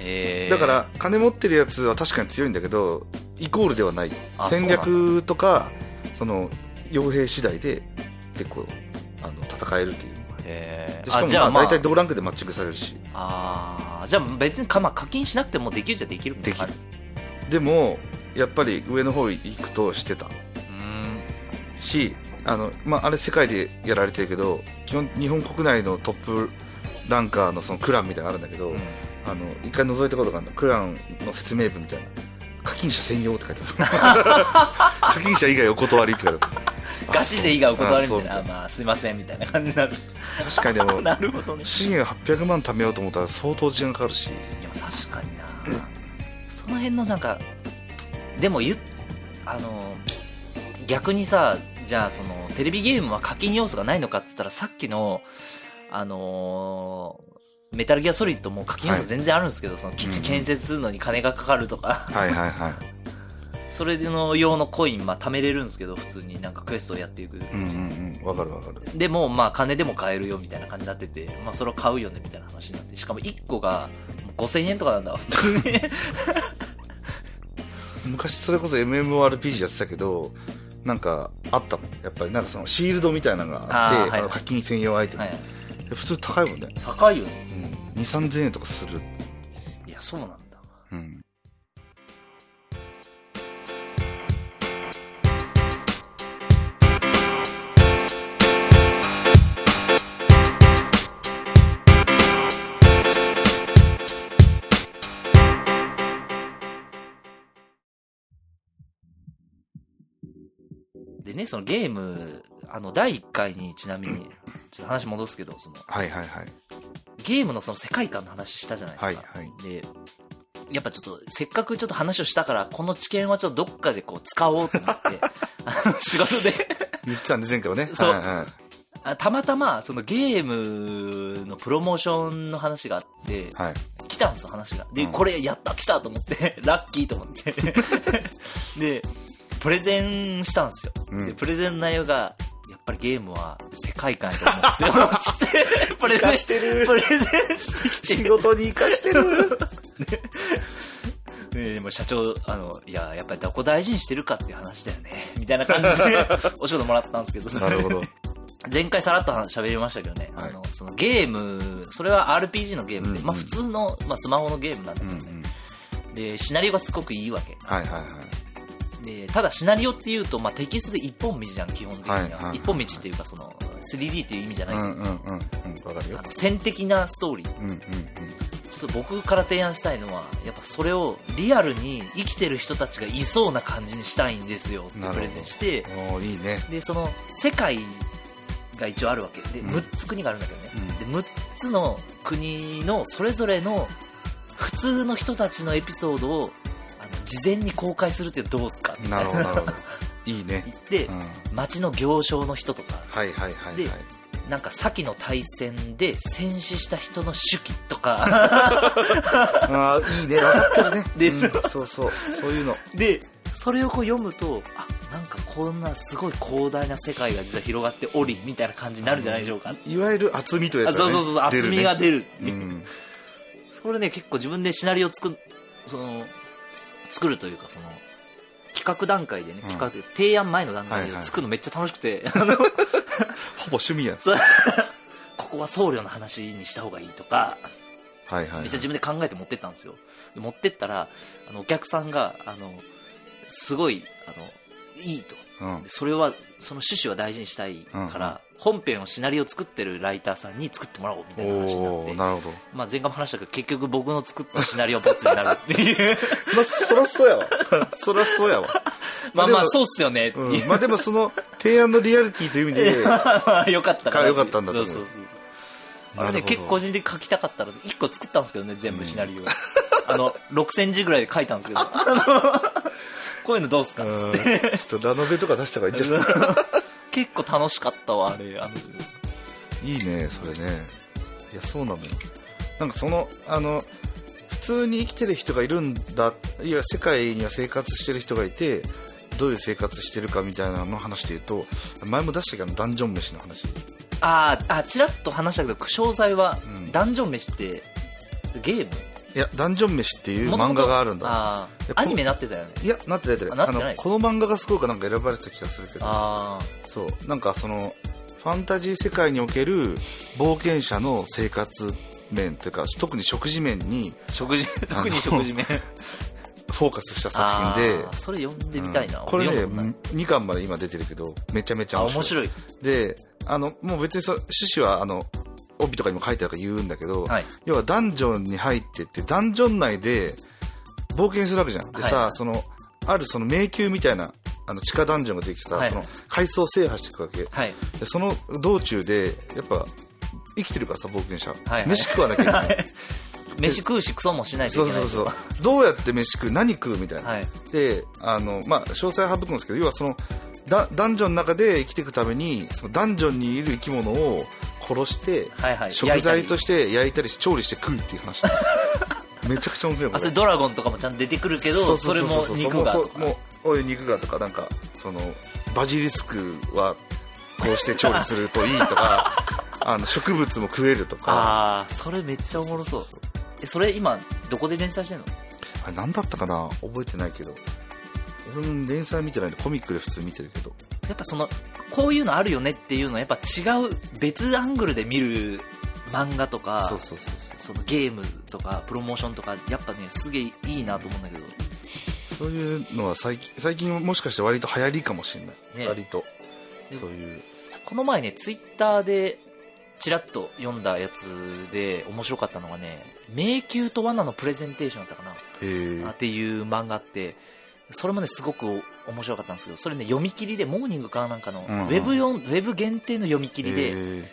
[SPEAKER 2] へー
[SPEAKER 1] だから金持ってるやつは確かに強いんだけどイコールではない
[SPEAKER 2] あ
[SPEAKER 1] 戦略とかその傭兵次第で結構あの戦えるっていう
[SPEAKER 2] へ
[SPEAKER 1] で
[SPEAKER 2] ー
[SPEAKER 1] しか
[SPEAKER 2] あじゃあ
[SPEAKER 1] も
[SPEAKER 2] ま
[SPEAKER 1] ま
[SPEAKER 2] あ
[SPEAKER 1] あ大体同ランクでマッチングされるし
[SPEAKER 2] あーじゃあ別にか、まあ、課金しなくてもできるじゃできるもん
[SPEAKER 1] できる
[SPEAKER 2] あ
[SPEAKER 1] でもやっぱり上の方行くとしてた
[SPEAKER 2] うーん
[SPEAKER 1] しあの、まあ、あれ世界でやられてるけど基本日本国内のトップランカーのそのクランみたいなのあるんだけど、
[SPEAKER 2] うん
[SPEAKER 1] あの一回 覗いたことがあるのクランの説明文みたいな課金者専用って書いてある課金者以外お断りって書いてあった
[SPEAKER 2] ガチ勢以外お断りみたいな
[SPEAKER 1] あそう
[SPEAKER 2] あまあすいませんみたいな感じになる
[SPEAKER 1] 確かにでも
[SPEAKER 2] なるほどね
[SPEAKER 1] 資源800万貯めようと思ったら相当時間かかるし
[SPEAKER 2] いや確かになその辺のなんかでもゆあの逆にさじゃあそのテレビゲームは課金要素がないのかっつったらさっきのあのーメタルギアソリッドも課金要素全然あるんですけど、その基地建設するのに金がかかるとか、
[SPEAKER 1] はいはいはい
[SPEAKER 2] それの用のコインまあ貯めれるんですけど普通になんかクエストをやっていくうちに、
[SPEAKER 1] うんうんうんわかるわかる
[SPEAKER 2] でもまあ金でも買えるよみたいな感じになってて、まあ、それを買うよねみたいな話になってしかも1個が5000円とかなんだ普通に
[SPEAKER 1] 昔それこそ MMORPG やってたけどなんかあったもんやっぱりなんかそのシールドみたいなのがあって
[SPEAKER 2] あーはい
[SPEAKER 1] あの課金専用アイテム、
[SPEAKER 2] はい
[SPEAKER 1] 普通高いもんね、
[SPEAKER 2] 高いよね
[SPEAKER 1] うん、2 3 0 0円とかする
[SPEAKER 2] いやそうなんだ
[SPEAKER 1] うん
[SPEAKER 2] でねそのゲームあの第1回にちなみにちょっと話戻すけどその
[SPEAKER 1] はいはいはい
[SPEAKER 2] ゲームのその世界観の話したじゃないですか、
[SPEAKER 1] はいはい
[SPEAKER 2] でやっぱちょっとせっかくちょっと話をしたからこの知見はちょっとどっかでこう使おうと思ってあの仕事で
[SPEAKER 1] 言ってたんで前回はね
[SPEAKER 2] そう
[SPEAKER 1] はいは
[SPEAKER 2] あたまたまそのゲームのプロモーションの話があって
[SPEAKER 1] い、はい、
[SPEAKER 2] 来たんですよ話がで、
[SPEAKER 1] うん
[SPEAKER 2] これやった来たと思って ラッキーと思ってでプレゼンしたんですよ、
[SPEAKER 1] うん
[SPEAKER 2] でプレゼンの内容がやっぱりゲームは世界観やと思うんですよつ ってプレゼン
[SPEAKER 1] てる
[SPEAKER 2] プレゼンしてきて
[SPEAKER 1] 事に生かして る
[SPEAKER 2] ねえ、もう社長、あの、いや、やっぱりどこ大事にしてるかっていう話だよね。みたいな感じ で、お仕事もらったんですけど。
[SPEAKER 1] なるほど。
[SPEAKER 2] 前回さらっと話喋りましたけどね、
[SPEAKER 1] はい
[SPEAKER 2] あの、そのゲーム、それは RPG のゲームで、
[SPEAKER 1] うんうん
[SPEAKER 2] まあ普通の、まあスマホのゲームなんだ
[SPEAKER 1] う
[SPEAKER 2] け
[SPEAKER 1] んう
[SPEAKER 2] どね。
[SPEAKER 1] ん
[SPEAKER 2] で、シナリオがすごくいいわけ。
[SPEAKER 1] はいはいはい
[SPEAKER 2] で、ただシナリオっていうと、まあテキストで一本道じゃん、基本的には。
[SPEAKER 1] はいはいはい
[SPEAKER 2] 一本道っていうか、その、3D っていう意味じゃな
[SPEAKER 1] う
[SPEAKER 2] い、
[SPEAKER 1] んうんうんうんわかるよ
[SPEAKER 2] あの線的なストーリー。
[SPEAKER 1] うんうんうん
[SPEAKER 2] ちょっと僕から提案したいのはやっぱそれをリアルに生きてる人たちがいそうな感じにしたいんですよってプレゼンして
[SPEAKER 1] おーいいね
[SPEAKER 2] でその世界が一応あるわけで、
[SPEAKER 1] うん
[SPEAKER 2] 6つ国があるんだけどね、
[SPEAKER 1] う
[SPEAKER 2] で6つの国のそれぞれの普通の人たちのエピソードをあの事前に公開するってどうすかって
[SPEAKER 1] なるほどなる ほどいいね
[SPEAKER 2] 言って、
[SPEAKER 1] うん
[SPEAKER 2] 街の行商の人とか
[SPEAKER 1] はいはいはいはい
[SPEAKER 2] でなんか先の対戦で戦死した人の手記 とか
[SPEAKER 1] ああいいね分かってるね
[SPEAKER 2] で
[SPEAKER 1] うんそうそうそういうの
[SPEAKER 2] でそれをこう読むとあなんかこんなすごい広大な世界が実は広がっておりみたいな感じになるんじゃないでしょうか、
[SPEAKER 1] いわゆる厚みという
[SPEAKER 2] あ
[SPEAKER 1] やつだ
[SPEAKER 2] そう
[SPEAKER 1] ね
[SPEAKER 2] そうそうそう、厚みが
[SPEAKER 1] 出
[SPEAKER 2] 出る、
[SPEAKER 1] るねうん
[SPEAKER 2] それね結構自分でシナリオ作るその作るというかその企画段階でね、
[SPEAKER 1] うん
[SPEAKER 2] 企画というか提案前の段階
[SPEAKER 1] はいは
[SPEAKER 2] で
[SPEAKER 1] い
[SPEAKER 2] 作るのめっちゃ楽しくて、
[SPEAKER 1] ほぼ趣味やん
[SPEAKER 2] そうここは僧侶の話にした方がいいとか
[SPEAKER 1] はいはい
[SPEAKER 2] めっちゃ自分で考えて持ってったんですよ。で持ってったら、あの、お客さんが、あの、すごい、あの、いいと。
[SPEAKER 1] うん
[SPEAKER 2] でそれは、その趣旨は大事にしたいから、本編をシナリオを作ってるライターさんに作ってもらおうみたいな話になっ
[SPEAKER 1] お
[SPEAKER 2] て
[SPEAKER 1] ー、なるほど
[SPEAKER 2] まあ前回も話したけど、結局僕の作ったシナリオボツになるって いう。
[SPEAKER 1] まあそらそうやわそらそうやわ
[SPEAKER 2] まあまあ、
[SPEAKER 1] でも
[SPEAKER 2] そうっすよねって
[SPEAKER 1] う
[SPEAKER 2] い
[SPEAKER 1] んまあでもその提案のリアリティという意味で
[SPEAKER 2] う。 よかったら。
[SPEAKER 1] よかったんだと思う
[SPEAKER 2] そうそうそうそう。
[SPEAKER 1] なる
[SPEAKER 2] あれ
[SPEAKER 1] ほど
[SPEAKER 2] ね、結構個人で書きたかったら、1個作ったんですけどね、全部シナリオ。 あの、6センチぐらいで書いたん ですけど、あのこういうのどうっすかっつって
[SPEAKER 1] うんちょっとラノベとか出した方がいいんじゃな
[SPEAKER 2] 結構楽しかったわあれあの
[SPEAKER 1] いいいねそれねいやそうなのよなんかそのあの普通に生きてる人がいるんだいや世界には生活してる人がいてどういう生活してるかみたいなの話で言うと前も出したけどあのダンジョン飯の話
[SPEAKER 2] あーあちらっと話したけど詳細は、
[SPEAKER 1] うん
[SPEAKER 2] ダンジョン飯ってゲーム
[SPEAKER 1] いやダンジョン飯っていう漫画があるんだ
[SPEAKER 2] あー
[SPEAKER 1] でこ
[SPEAKER 2] アニメなってたよね
[SPEAKER 1] いやなってないなってない
[SPEAKER 2] あなってない
[SPEAKER 1] あのこの漫画がすごいかなんか選ばれてた気がするけど
[SPEAKER 2] あ
[SPEAKER 1] そうなんかそのファンタジー世界における冒険者の生活面というか特に食事面に
[SPEAKER 2] あ食事
[SPEAKER 1] あの
[SPEAKER 2] 特に 食事面
[SPEAKER 1] フォーカスした作
[SPEAKER 2] あ
[SPEAKER 1] 品で
[SPEAKER 2] ーそれ読んでみたいな、
[SPEAKER 1] うんこれね
[SPEAKER 2] 読んだことない
[SPEAKER 1] 2巻まで今出てるけどめちゃめちゃ
[SPEAKER 2] あ
[SPEAKER 1] 面白い
[SPEAKER 2] 面白い
[SPEAKER 1] であのもう別にそ趣旨はあの帯とかにも書いてあるから言うんだけど、
[SPEAKER 2] はい
[SPEAKER 1] 要はダンジョンに入ってってダンジョン内で冒険するわけじゃんでさ、
[SPEAKER 2] はいはい
[SPEAKER 1] そのあるその迷宮みたいなあの地下ダンジョンができてさ、
[SPEAKER 2] はい
[SPEAKER 1] その階層を制覇していくわけ、
[SPEAKER 2] はい
[SPEAKER 1] でその道中でやっぱ生きてるからさ冒険者、
[SPEAKER 2] はい
[SPEAKER 1] 飯食わなきゃいけない、
[SPEAKER 2] 飯食うしクソもしない
[SPEAKER 1] そ
[SPEAKER 2] というけ
[SPEAKER 1] そ
[SPEAKER 2] ないう
[SPEAKER 1] そうどうやって飯食う何食うみたいな、
[SPEAKER 2] はい
[SPEAKER 1] であの、まあ、詳細は省くんですけど要はそのダダンジョンの中で生きていくためにそのダンジョンにいる生き物を殺して、
[SPEAKER 2] はいはい
[SPEAKER 1] 食材と
[SPEAKER 2] し
[SPEAKER 1] し
[SPEAKER 2] て
[SPEAKER 1] て焼いたりし調理して食うっていう 話めちゃくちゃ面白いこ
[SPEAKER 2] あ
[SPEAKER 1] れ
[SPEAKER 2] それドラゴンとかもちゃんと出てくるけどそれも肉が
[SPEAKER 1] そうそうもうおい肉がとかなんかそのバジリスクはこうして調理するといいとか あの植物も食えるとか
[SPEAKER 2] ああそれめっちゃおもろそう
[SPEAKER 1] う
[SPEAKER 2] えそれ今どこで連載してんの
[SPEAKER 1] あれ何だったかな覚えてないけど俺も連載見てないんでコミックで普通見てるけど
[SPEAKER 2] やっぱそのこういうのあるよねっていうのはやっぱ違う別アングルで見る漫画とか
[SPEAKER 1] そうそうそうそ
[SPEAKER 2] そのゲームとかプロモーションとかやっぱねすげえいいなと思うんだけど
[SPEAKER 1] うそういうのは最近最近もしかして割と流行りかもしれない、
[SPEAKER 2] ね
[SPEAKER 1] 割とそういう
[SPEAKER 2] この前ねツイッターでチラッと読んだやつで面白かったのがね「迷宮と罠のプレゼンテーション」だったかな
[SPEAKER 1] えー
[SPEAKER 2] っていう漫画あってそれもねすごく面白かったんですけどそれね読み切りでモーニングかなんかのウ
[SPEAKER 1] うんうん
[SPEAKER 2] ェブよんウェブ限定の読み切りで、
[SPEAKER 1] え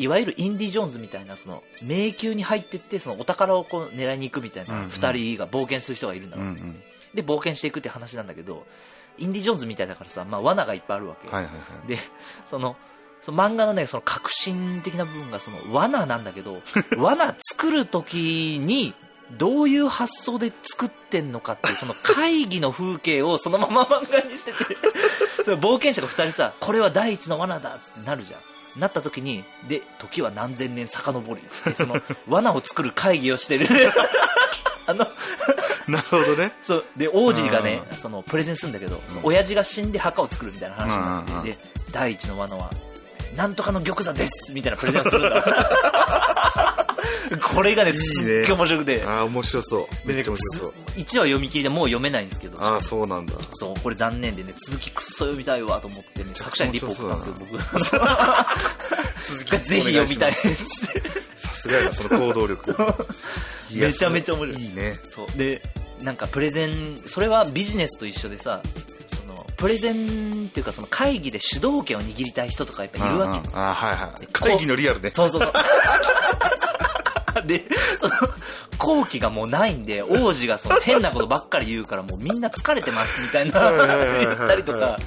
[SPEAKER 2] いわゆるインディ・ジョーンズみたいなその迷宮に入ってってそのお宝をこう狙いに行くみたい
[SPEAKER 1] うんう
[SPEAKER 2] なん2人が冒険する人がいるんだ
[SPEAKER 1] ー
[SPEAKER 2] か
[SPEAKER 1] う
[SPEAKER 2] ら、
[SPEAKER 1] んうん
[SPEAKER 2] で冒険していくって話なんだけどインディ・ジョーンズみたいだからさ、まあ、罠がいっぱいあるわけ、
[SPEAKER 1] はいはいはい
[SPEAKER 2] でそのその漫画のねその革新的な部分がその罠なんだけど罠作る時にどういう発想で作ってんのかっていうその会議の風景をそのまま漫画にしててその冒険者が2人さこれは第一の罠だっつってなるじゃんなった時にで時は何千年遡りっつってその罠を作る会議をしてるあの
[SPEAKER 1] なるほどね
[SPEAKER 2] そうで王子がね
[SPEAKER 1] う
[SPEAKER 2] そのプレゼンするんだけど、
[SPEAKER 1] うん
[SPEAKER 2] 親父が死んで墓を作るみたいな話になって、
[SPEAKER 1] うんうんうん
[SPEAKER 2] で第一の罠はなんとかの玉座ですみたいなプレゼンをするんだ これがねすっげえ面白くて
[SPEAKER 1] ああ面白そう
[SPEAKER 2] で
[SPEAKER 1] め
[SPEAKER 2] ね
[SPEAKER 1] っちゃ面白そう
[SPEAKER 2] 1話読み切りでもう読めないんですけど
[SPEAKER 1] ああそうなんだ
[SPEAKER 2] そうこれ残念でね続きくっそ読みたいわと思ってね作者にリポ送ったんですけど 僕 続きがぜひ読みたいです
[SPEAKER 1] さすがやなその行動 力いや
[SPEAKER 2] めちゃめちゃ面白い
[SPEAKER 1] いいね
[SPEAKER 2] そうでなんかプレゼンそれはビジネスと一緒でさそのプレゼンっていうかその会議で主導権を握りたい人とかやっぱいるわけ、
[SPEAKER 1] うんうんあはいはい
[SPEAKER 2] こう
[SPEAKER 1] 会議のリアルね
[SPEAKER 2] そうそうそう でその後期がもうないんで王子がその変なことばっかり言うからもうみんな疲れてますみたいな言ったりとか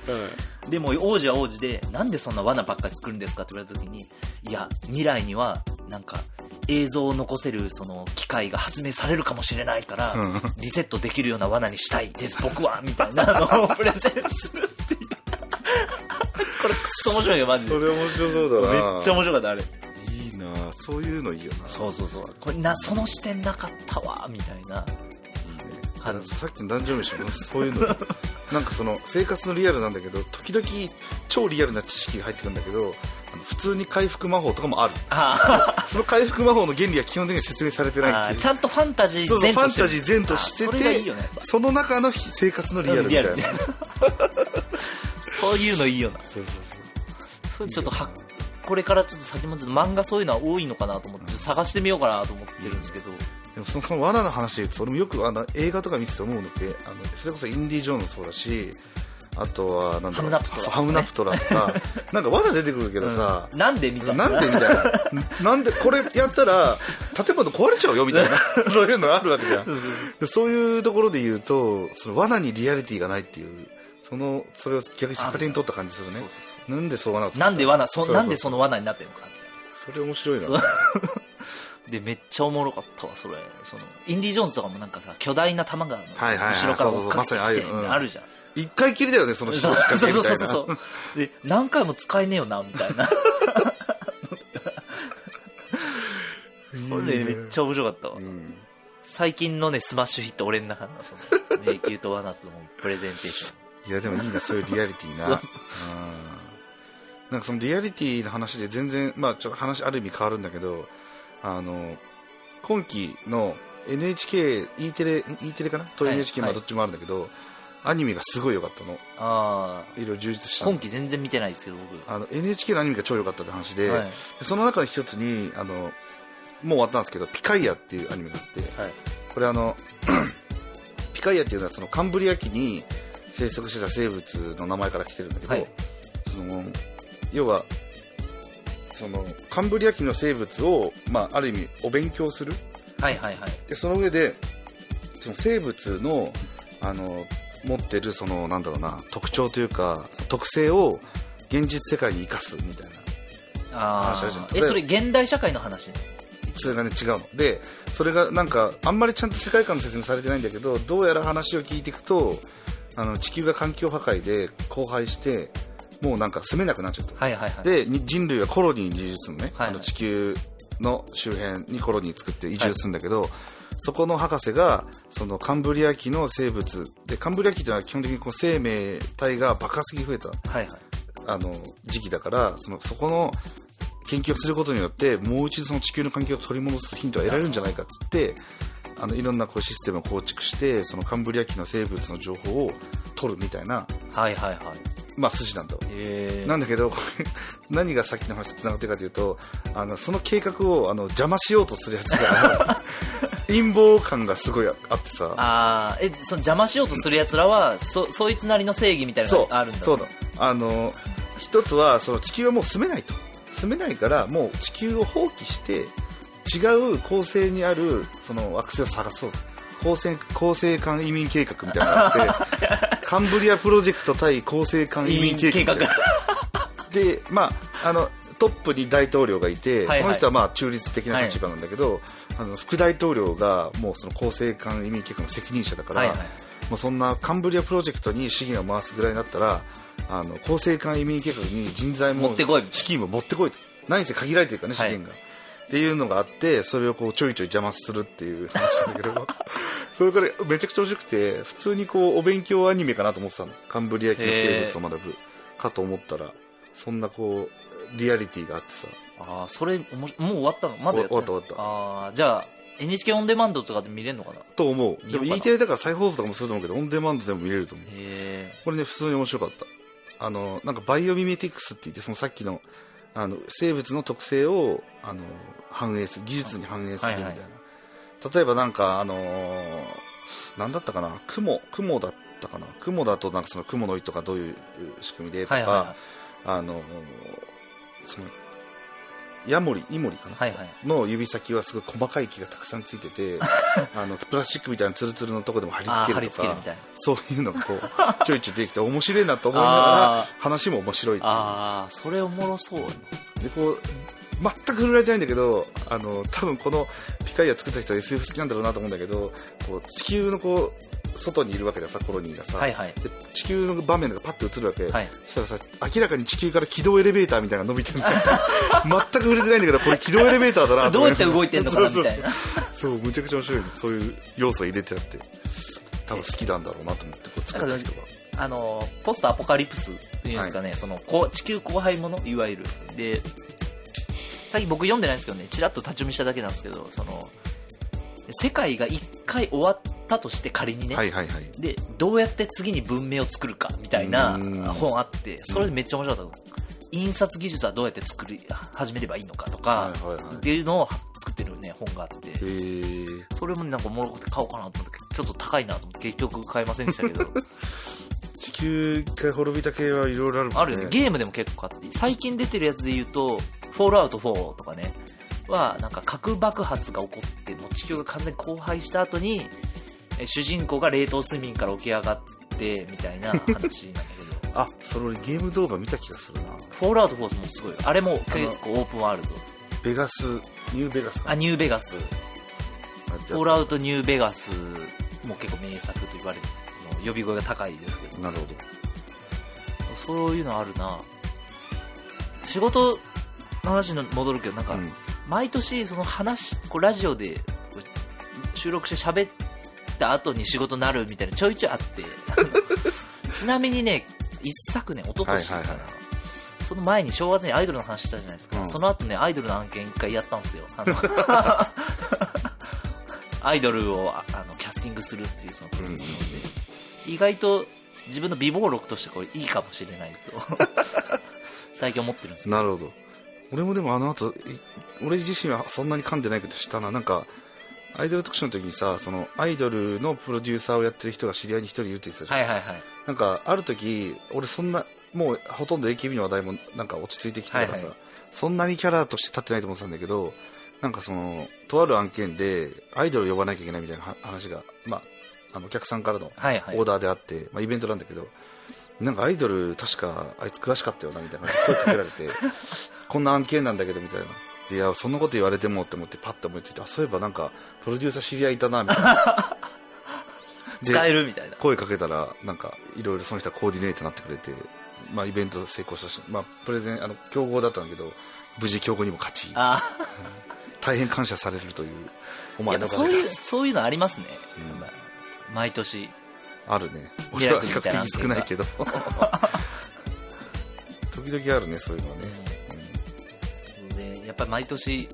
[SPEAKER 2] でも王子は王子で、なんでそんな罠ばっかり作るんですかって言われた時に、いや、未来には、なんか、映像を残せるその機械が発明されるかもしれないから、
[SPEAKER 1] うん
[SPEAKER 2] リセットできるような罠にしたいです、僕はみたいなのをプレゼンするっていう。これくっそ面白いよ、マジで。
[SPEAKER 1] そ
[SPEAKER 2] めっ
[SPEAKER 1] れ面白そうだな
[SPEAKER 2] ちゃ面白かった、あれ。
[SPEAKER 1] いいなそういうのいいよな
[SPEAKER 2] そうそうそう。これな、その視点なかったわ、みたいな。
[SPEAKER 1] いいね
[SPEAKER 2] 感じ
[SPEAKER 1] さっきの男女飯もそう いうのなんかその生活のリアルなんだけど時々超リアルな知識が入ってくるんだけどあの普通に回復魔法とかもある
[SPEAKER 2] あ
[SPEAKER 1] その回復魔法の原理は基本的に説明されて
[SPEAKER 2] ー
[SPEAKER 1] ない
[SPEAKER 2] あ
[SPEAKER 1] ってい
[SPEAKER 2] ー、
[SPEAKER 1] う
[SPEAKER 2] ちゃんとファンタジ
[SPEAKER 1] そ
[SPEAKER 2] ー
[SPEAKER 1] うそう
[SPEAKER 2] 前
[SPEAKER 1] ファ
[SPEAKER 2] と
[SPEAKER 1] ン
[SPEAKER 2] して
[SPEAKER 1] タ
[SPEAKER 2] る
[SPEAKER 1] ジー前として
[SPEAKER 2] あーそ
[SPEAKER 1] て
[SPEAKER 2] れがいいよね。
[SPEAKER 1] その中の生活のリアルみたいな
[SPEAKER 2] リアルみたいなそういうのいいよな。
[SPEAKER 1] そうそうそう
[SPEAKER 2] それちょっとは
[SPEAKER 1] よ
[SPEAKER 2] これからちょっと先もちょっと漫画そういうのは多いのかなと思って、探してみようかなと思ってるんですけど、
[SPEAKER 1] でもそのその罠の話で言うと俺もよくあの映画とか見てて思うのであのそれこそインディ・ジョーンもそうだしあとはなんだろう
[SPEAKER 2] ハムナプトラ
[SPEAKER 1] そうハムナプトラと かなんか罠出てくるけどさ、
[SPEAKER 2] なんでみたいな
[SPEAKER 1] なんでみたい ななんでこれやったら建物壊れちゃうよみたいな そういうのあるわけじゃんでそういうところで言うとその罠にリアリティがないっていうそのそれを逆に逆手に取った感じす
[SPEAKER 2] そう
[SPEAKER 1] る
[SPEAKER 2] そう
[SPEAKER 1] ねなんでそう罠を作った
[SPEAKER 2] なんで罠そ
[SPEAKER 1] そうそう
[SPEAKER 2] なんでその罠になってるのかみたい
[SPEAKER 1] それ面白いな
[SPEAKER 2] そうなでめっちゃおもろかったわそれそのインディ・ジョーンズとかもなんかさ巨大な玉が
[SPEAKER 1] はいはいはい
[SPEAKER 2] 後ろから追っか
[SPEAKER 1] そうそうそ
[SPEAKER 2] けて
[SPEAKER 1] うまさにああい
[SPEAKER 2] き
[SPEAKER 1] う
[SPEAKER 2] て
[SPEAKER 1] うん
[SPEAKER 2] あるじゃん
[SPEAKER 1] 一回きりだよねその人
[SPEAKER 2] そう
[SPEAKER 1] の仕
[SPEAKER 2] そう
[SPEAKER 1] 掛け
[SPEAKER 2] そう
[SPEAKER 1] みたい
[SPEAKER 2] そ
[SPEAKER 1] うな
[SPEAKER 2] そう で何回も使えねえよなみ たいなこれねめっちゃ面白かったわ、
[SPEAKER 1] うん
[SPEAKER 2] 最近のねスマッシュヒット俺の中のその迷宮と罠とのプレゼンテーション
[SPEAKER 1] いやでもいいなそういうリアリティなうんなんかそのリアリティの話で全然まあちょっと話ある意味変わるんだけどあの今期の NHKE テレ E テレかなと
[SPEAKER 2] はい
[SPEAKER 1] NHK まあ
[SPEAKER 2] はい
[SPEAKER 1] どっちもあるんだけど、アニメがすごい良かったの
[SPEAKER 2] ああ
[SPEAKER 1] いろいろ充実したの
[SPEAKER 2] 今期全然見てないですけど僕
[SPEAKER 1] あの NHK のアニメが超良かったって話で、
[SPEAKER 2] はい
[SPEAKER 1] その中の一つにあのもう終わったんですけど「ピカイア」っていうアニメがあって、
[SPEAKER 2] はい
[SPEAKER 1] これあのピカイアっていうのはそのカンブリア紀に生息してた生物の名前から来てるんだけど、
[SPEAKER 2] はい
[SPEAKER 1] その要はそのカンブリア紀の生物を、まあ、ある意味お勉強する
[SPEAKER 2] はいはいはい
[SPEAKER 1] でその上でその生物のあの持ってるそのなんだろうな特徴というかその特性を現実世界に生かすみたいな
[SPEAKER 2] あ
[SPEAKER 1] 話あるじゃん
[SPEAKER 2] あえそれ現代社会の話
[SPEAKER 1] それがね違うのでそれがなんかあんまりちゃんと世界観の説明されてないんだけどどうやら話を聞いていくとあの地球が環境破壊で荒廃してもうなんか住めなくなっちゃった、
[SPEAKER 2] はいはいはい
[SPEAKER 1] でに人類はコロニーに移住するのね、
[SPEAKER 2] はいはい
[SPEAKER 1] あの地球の周辺にコロニー作って移住するんだけど、そこの博士がそのカンブリア紀の生物でカンブリア紀というのは基本的にこう生命体が爆発的に増えた
[SPEAKER 2] はいはい
[SPEAKER 1] あの時期だからそのそこの研究をすることによってもう一度その地球の環境を取り戻すヒントが得られるんじゃないかっつってあのいろんなこうシステムを構築してそのカンブリア紀の生物の情報を取るみたいな、
[SPEAKER 2] はいはいはい
[SPEAKER 1] まあ、筋なんだろう
[SPEAKER 2] え
[SPEAKER 1] なんだけど これ何がさっきの話とつながってるかというとあのその計画をあの邪魔しようとするやつが 陰謀感がすごいあってさ
[SPEAKER 2] ああえその邪魔しようとするやつらはそそいつなりの正義みたいな
[SPEAKER 1] そ
[SPEAKER 2] の
[SPEAKER 1] う
[SPEAKER 2] があるんだ
[SPEAKER 1] そうだあの一つはその地球はもう住めないと住めないからもう地球を放棄して違う恒星にあるその惑星を探そう恒星恒星間移民計画みたいなのがあって カンブリアプロジェクト対恒星間移民計画みたいな
[SPEAKER 2] 移民計
[SPEAKER 1] でまああのトップに大統領がいて、
[SPEAKER 2] はいはい
[SPEAKER 1] この人はまあ中立的な立場なんだけど、あの副大統領がもうその恒星間移民計画の責任者だから、
[SPEAKER 2] はいはい
[SPEAKER 1] もうそんなカンブリアプロジェクトに資源を回すぐらいになったらあの厚生間移民計画に人材も
[SPEAKER 2] 持ってこい
[SPEAKER 1] 資金も持ってこいと何せ限られてるからね資
[SPEAKER 2] はい
[SPEAKER 1] 源が、っていうのがあってそれをこうちょいちょい邪魔するっていう話なんだけ どそれからめちゃくちゃ面白くて普通にこうお勉強アニメかなと思ってたのカンブリア紀の生物を学ぶかと思ったらそんなこうリアリティがあってさ
[SPEAKER 2] ああそれおもしもう終わったのまだやって
[SPEAKER 1] 終わ
[SPEAKER 2] んの
[SPEAKER 1] った終わった
[SPEAKER 2] ああじゃあ NHK オンデマンドとかで見れるのかな
[SPEAKER 1] と思う
[SPEAKER 2] 見
[SPEAKER 1] で
[SPEAKER 2] よう
[SPEAKER 1] も
[SPEAKER 2] かな
[SPEAKER 1] E テレだから再放送とかもすると思うけどオンデマンドでも見れると思う
[SPEAKER 2] え
[SPEAKER 1] これね、普通に面白かった。あの、なんかバイオミメティクスって言って、そのさっきの、あの、生物の特性を、あの、反映する、技術に反映するみたいな。
[SPEAKER 2] はいは
[SPEAKER 1] 例えばなんか、あのーなんだったかな、雲、雲だったかな。雲だとなんかその雲の糸がどういう仕組みで
[SPEAKER 2] え
[SPEAKER 1] とか、
[SPEAKER 2] はいは
[SPEAKER 1] あのーその、ヤモリ、イモリか
[SPEAKER 2] い
[SPEAKER 1] な。
[SPEAKER 2] はいはい
[SPEAKER 1] の指先はすごい細かい毛がたくさんついて てあのプラスチックみたいなツルツルのとこでも貼り付
[SPEAKER 2] ああ
[SPEAKER 1] け
[SPEAKER 2] 貼
[SPEAKER 1] る
[SPEAKER 2] り
[SPEAKER 1] と
[SPEAKER 2] 付
[SPEAKER 1] か
[SPEAKER 2] けるみたいな
[SPEAKER 1] そういうのがこう、ちょいちょいできて、面白いなと思いながら
[SPEAKER 2] あ、
[SPEAKER 1] 話も面白いっていう
[SPEAKER 2] ああそれおもろそう
[SPEAKER 1] で、こう、全く触れられてないんだけど、あの、多分このピカイア作った人は SF 好きなんだろうなと思うんだけど、こう、地球のこう、外にいるわけださ、コロニーがさ。
[SPEAKER 2] はいはい
[SPEAKER 1] で地球の場面がパッと映るわけ、
[SPEAKER 2] はい
[SPEAKER 1] そしたらさ明らかに地球から軌道エレベーターみたいなのが伸び てるんだ全く触れてないんだけどこれ軌道エレベーターだなと
[SPEAKER 2] どう
[SPEAKER 1] 思
[SPEAKER 2] やって動いてんのかなみたい
[SPEAKER 1] な
[SPEAKER 2] な
[SPEAKER 1] そうむちゃくちゃ面白いそういう要素入れてあって多分好きなんだろうなと思ってこう作った人が
[SPEAKER 2] あのポストアポカリプスっていうんですかね、そのこう地球荒廃ものいわゆるで最近僕読んでないんですけどねちらっと立ち読みしただけなんですけどその世界が一回終わったとして仮にね、
[SPEAKER 1] はいはいはい
[SPEAKER 2] でどうやって次に文明を作るかみたいな
[SPEAKER 1] うん
[SPEAKER 2] 本あってそれめっちゃ面白かった、印刷技術はどうやって作り始めればいいのかとか、
[SPEAKER 1] はいはいはい
[SPEAKER 2] っていうのを作ってるね本があって
[SPEAKER 1] へー
[SPEAKER 2] それもなんかおもろくて買おうかなと思ってちょっと高いなと思って結局買えませんでし たけど
[SPEAKER 1] 地球一回滅びた系はいろいろあるもんね
[SPEAKER 2] あるよねゲームでも結構買って最近出てるやつで言うと「フォールアウト4」とかねはなんか核爆発が起こってもう地球が完全に荒廃した後にえ主人公が冷凍睡眠から起き上がってみたいな話なんだけど
[SPEAKER 1] あそれ俺ゲーム動画見た気がするな
[SPEAKER 2] フォールアウトフォースもすごいよあれも結構オープンワールド
[SPEAKER 1] ベガスニューベガスか
[SPEAKER 2] あニューベガス
[SPEAKER 1] あって
[SPEAKER 2] フォールアウトニューベガスも結構名作と言われるの呼び声が高いですけど
[SPEAKER 1] なるほど
[SPEAKER 2] そういうのあるな仕事の話に戻るけどなんか、
[SPEAKER 1] うん
[SPEAKER 2] 毎年その話こうラジオでこう収録して喋った後に仕事になるみたいなちょいちょいあって ちなみにね一昨年一昨年かな、
[SPEAKER 1] はいはいは
[SPEAKER 2] その前に正月にアイドルの話したじゃないですか、
[SPEAKER 1] うん
[SPEAKER 2] その後ねアイドルの案件一回やったんですよ あのアイドルをああのキャスティングするっていうそのプロジェクトで、意外と自分の美貌録としてこれいいかもしれない と最近思ってるんですけど
[SPEAKER 1] なるほど俺もでもあの後い俺自身はそんなに噛んでないけどしたななんかアイドル特集の時にさそのアイドルのプロデューサーをやってる人が知り合いに一人いるって言ってたじゃん、
[SPEAKER 2] はいはいはい
[SPEAKER 1] なんかある時俺そんなもうほとんど AKB の話題もなんか落ち着いてきてたからさ、
[SPEAKER 2] はいは
[SPEAKER 1] そんなにキャラとして立ってないと思ってたんだけどなんかそのとある案件でアイドル呼ばなきゃいけないみたいなは話が、まあ、あのお客さんからの
[SPEAKER 2] はいはい
[SPEAKER 1] オーダーであって、まあ、イベントなんだけどなんかアイドル確かあいつ詳しかったよなみた いな声かけられてこんな案件なんだけどみたいな。いやそんなこと言われてもって思ってパッと思いついてあそういえばなんかプロデューサー知り合いいたなみたいな で
[SPEAKER 2] 使えるみたいな
[SPEAKER 1] 声かけたらなんかいろいろその人はコーディネートになってくれて、まあ、イベント成功したし、まあ、プレゼンあの強豪だったんだけど無事強豪にも勝ち
[SPEAKER 2] あ
[SPEAKER 1] 大変感謝されるというお
[SPEAKER 2] あい
[SPEAKER 1] 前
[SPEAKER 2] や
[SPEAKER 1] のおか
[SPEAKER 2] そう
[SPEAKER 1] げ
[SPEAKER 2] いう
[SPEAKER 1] だ
[SPEAKER 2] そういうのありますね、
[SPEAKER 1] うん
[SPEAKER 2] 毎年
[SPEAKER 1] あるね
[SPEAKER 2] ミ
[SPEAKER 1] 俺
[SPEAKER 2] ラ
[SPEAKER 1] は
[SPEAKER 2] クル
[SPEAKER 1] 比
[SPEAKER 2] みたいな
[SPEAKER 1] 較的少ないけど 時々あるねそういうのはね、
[SPEAKER 2] でやっぱり毎年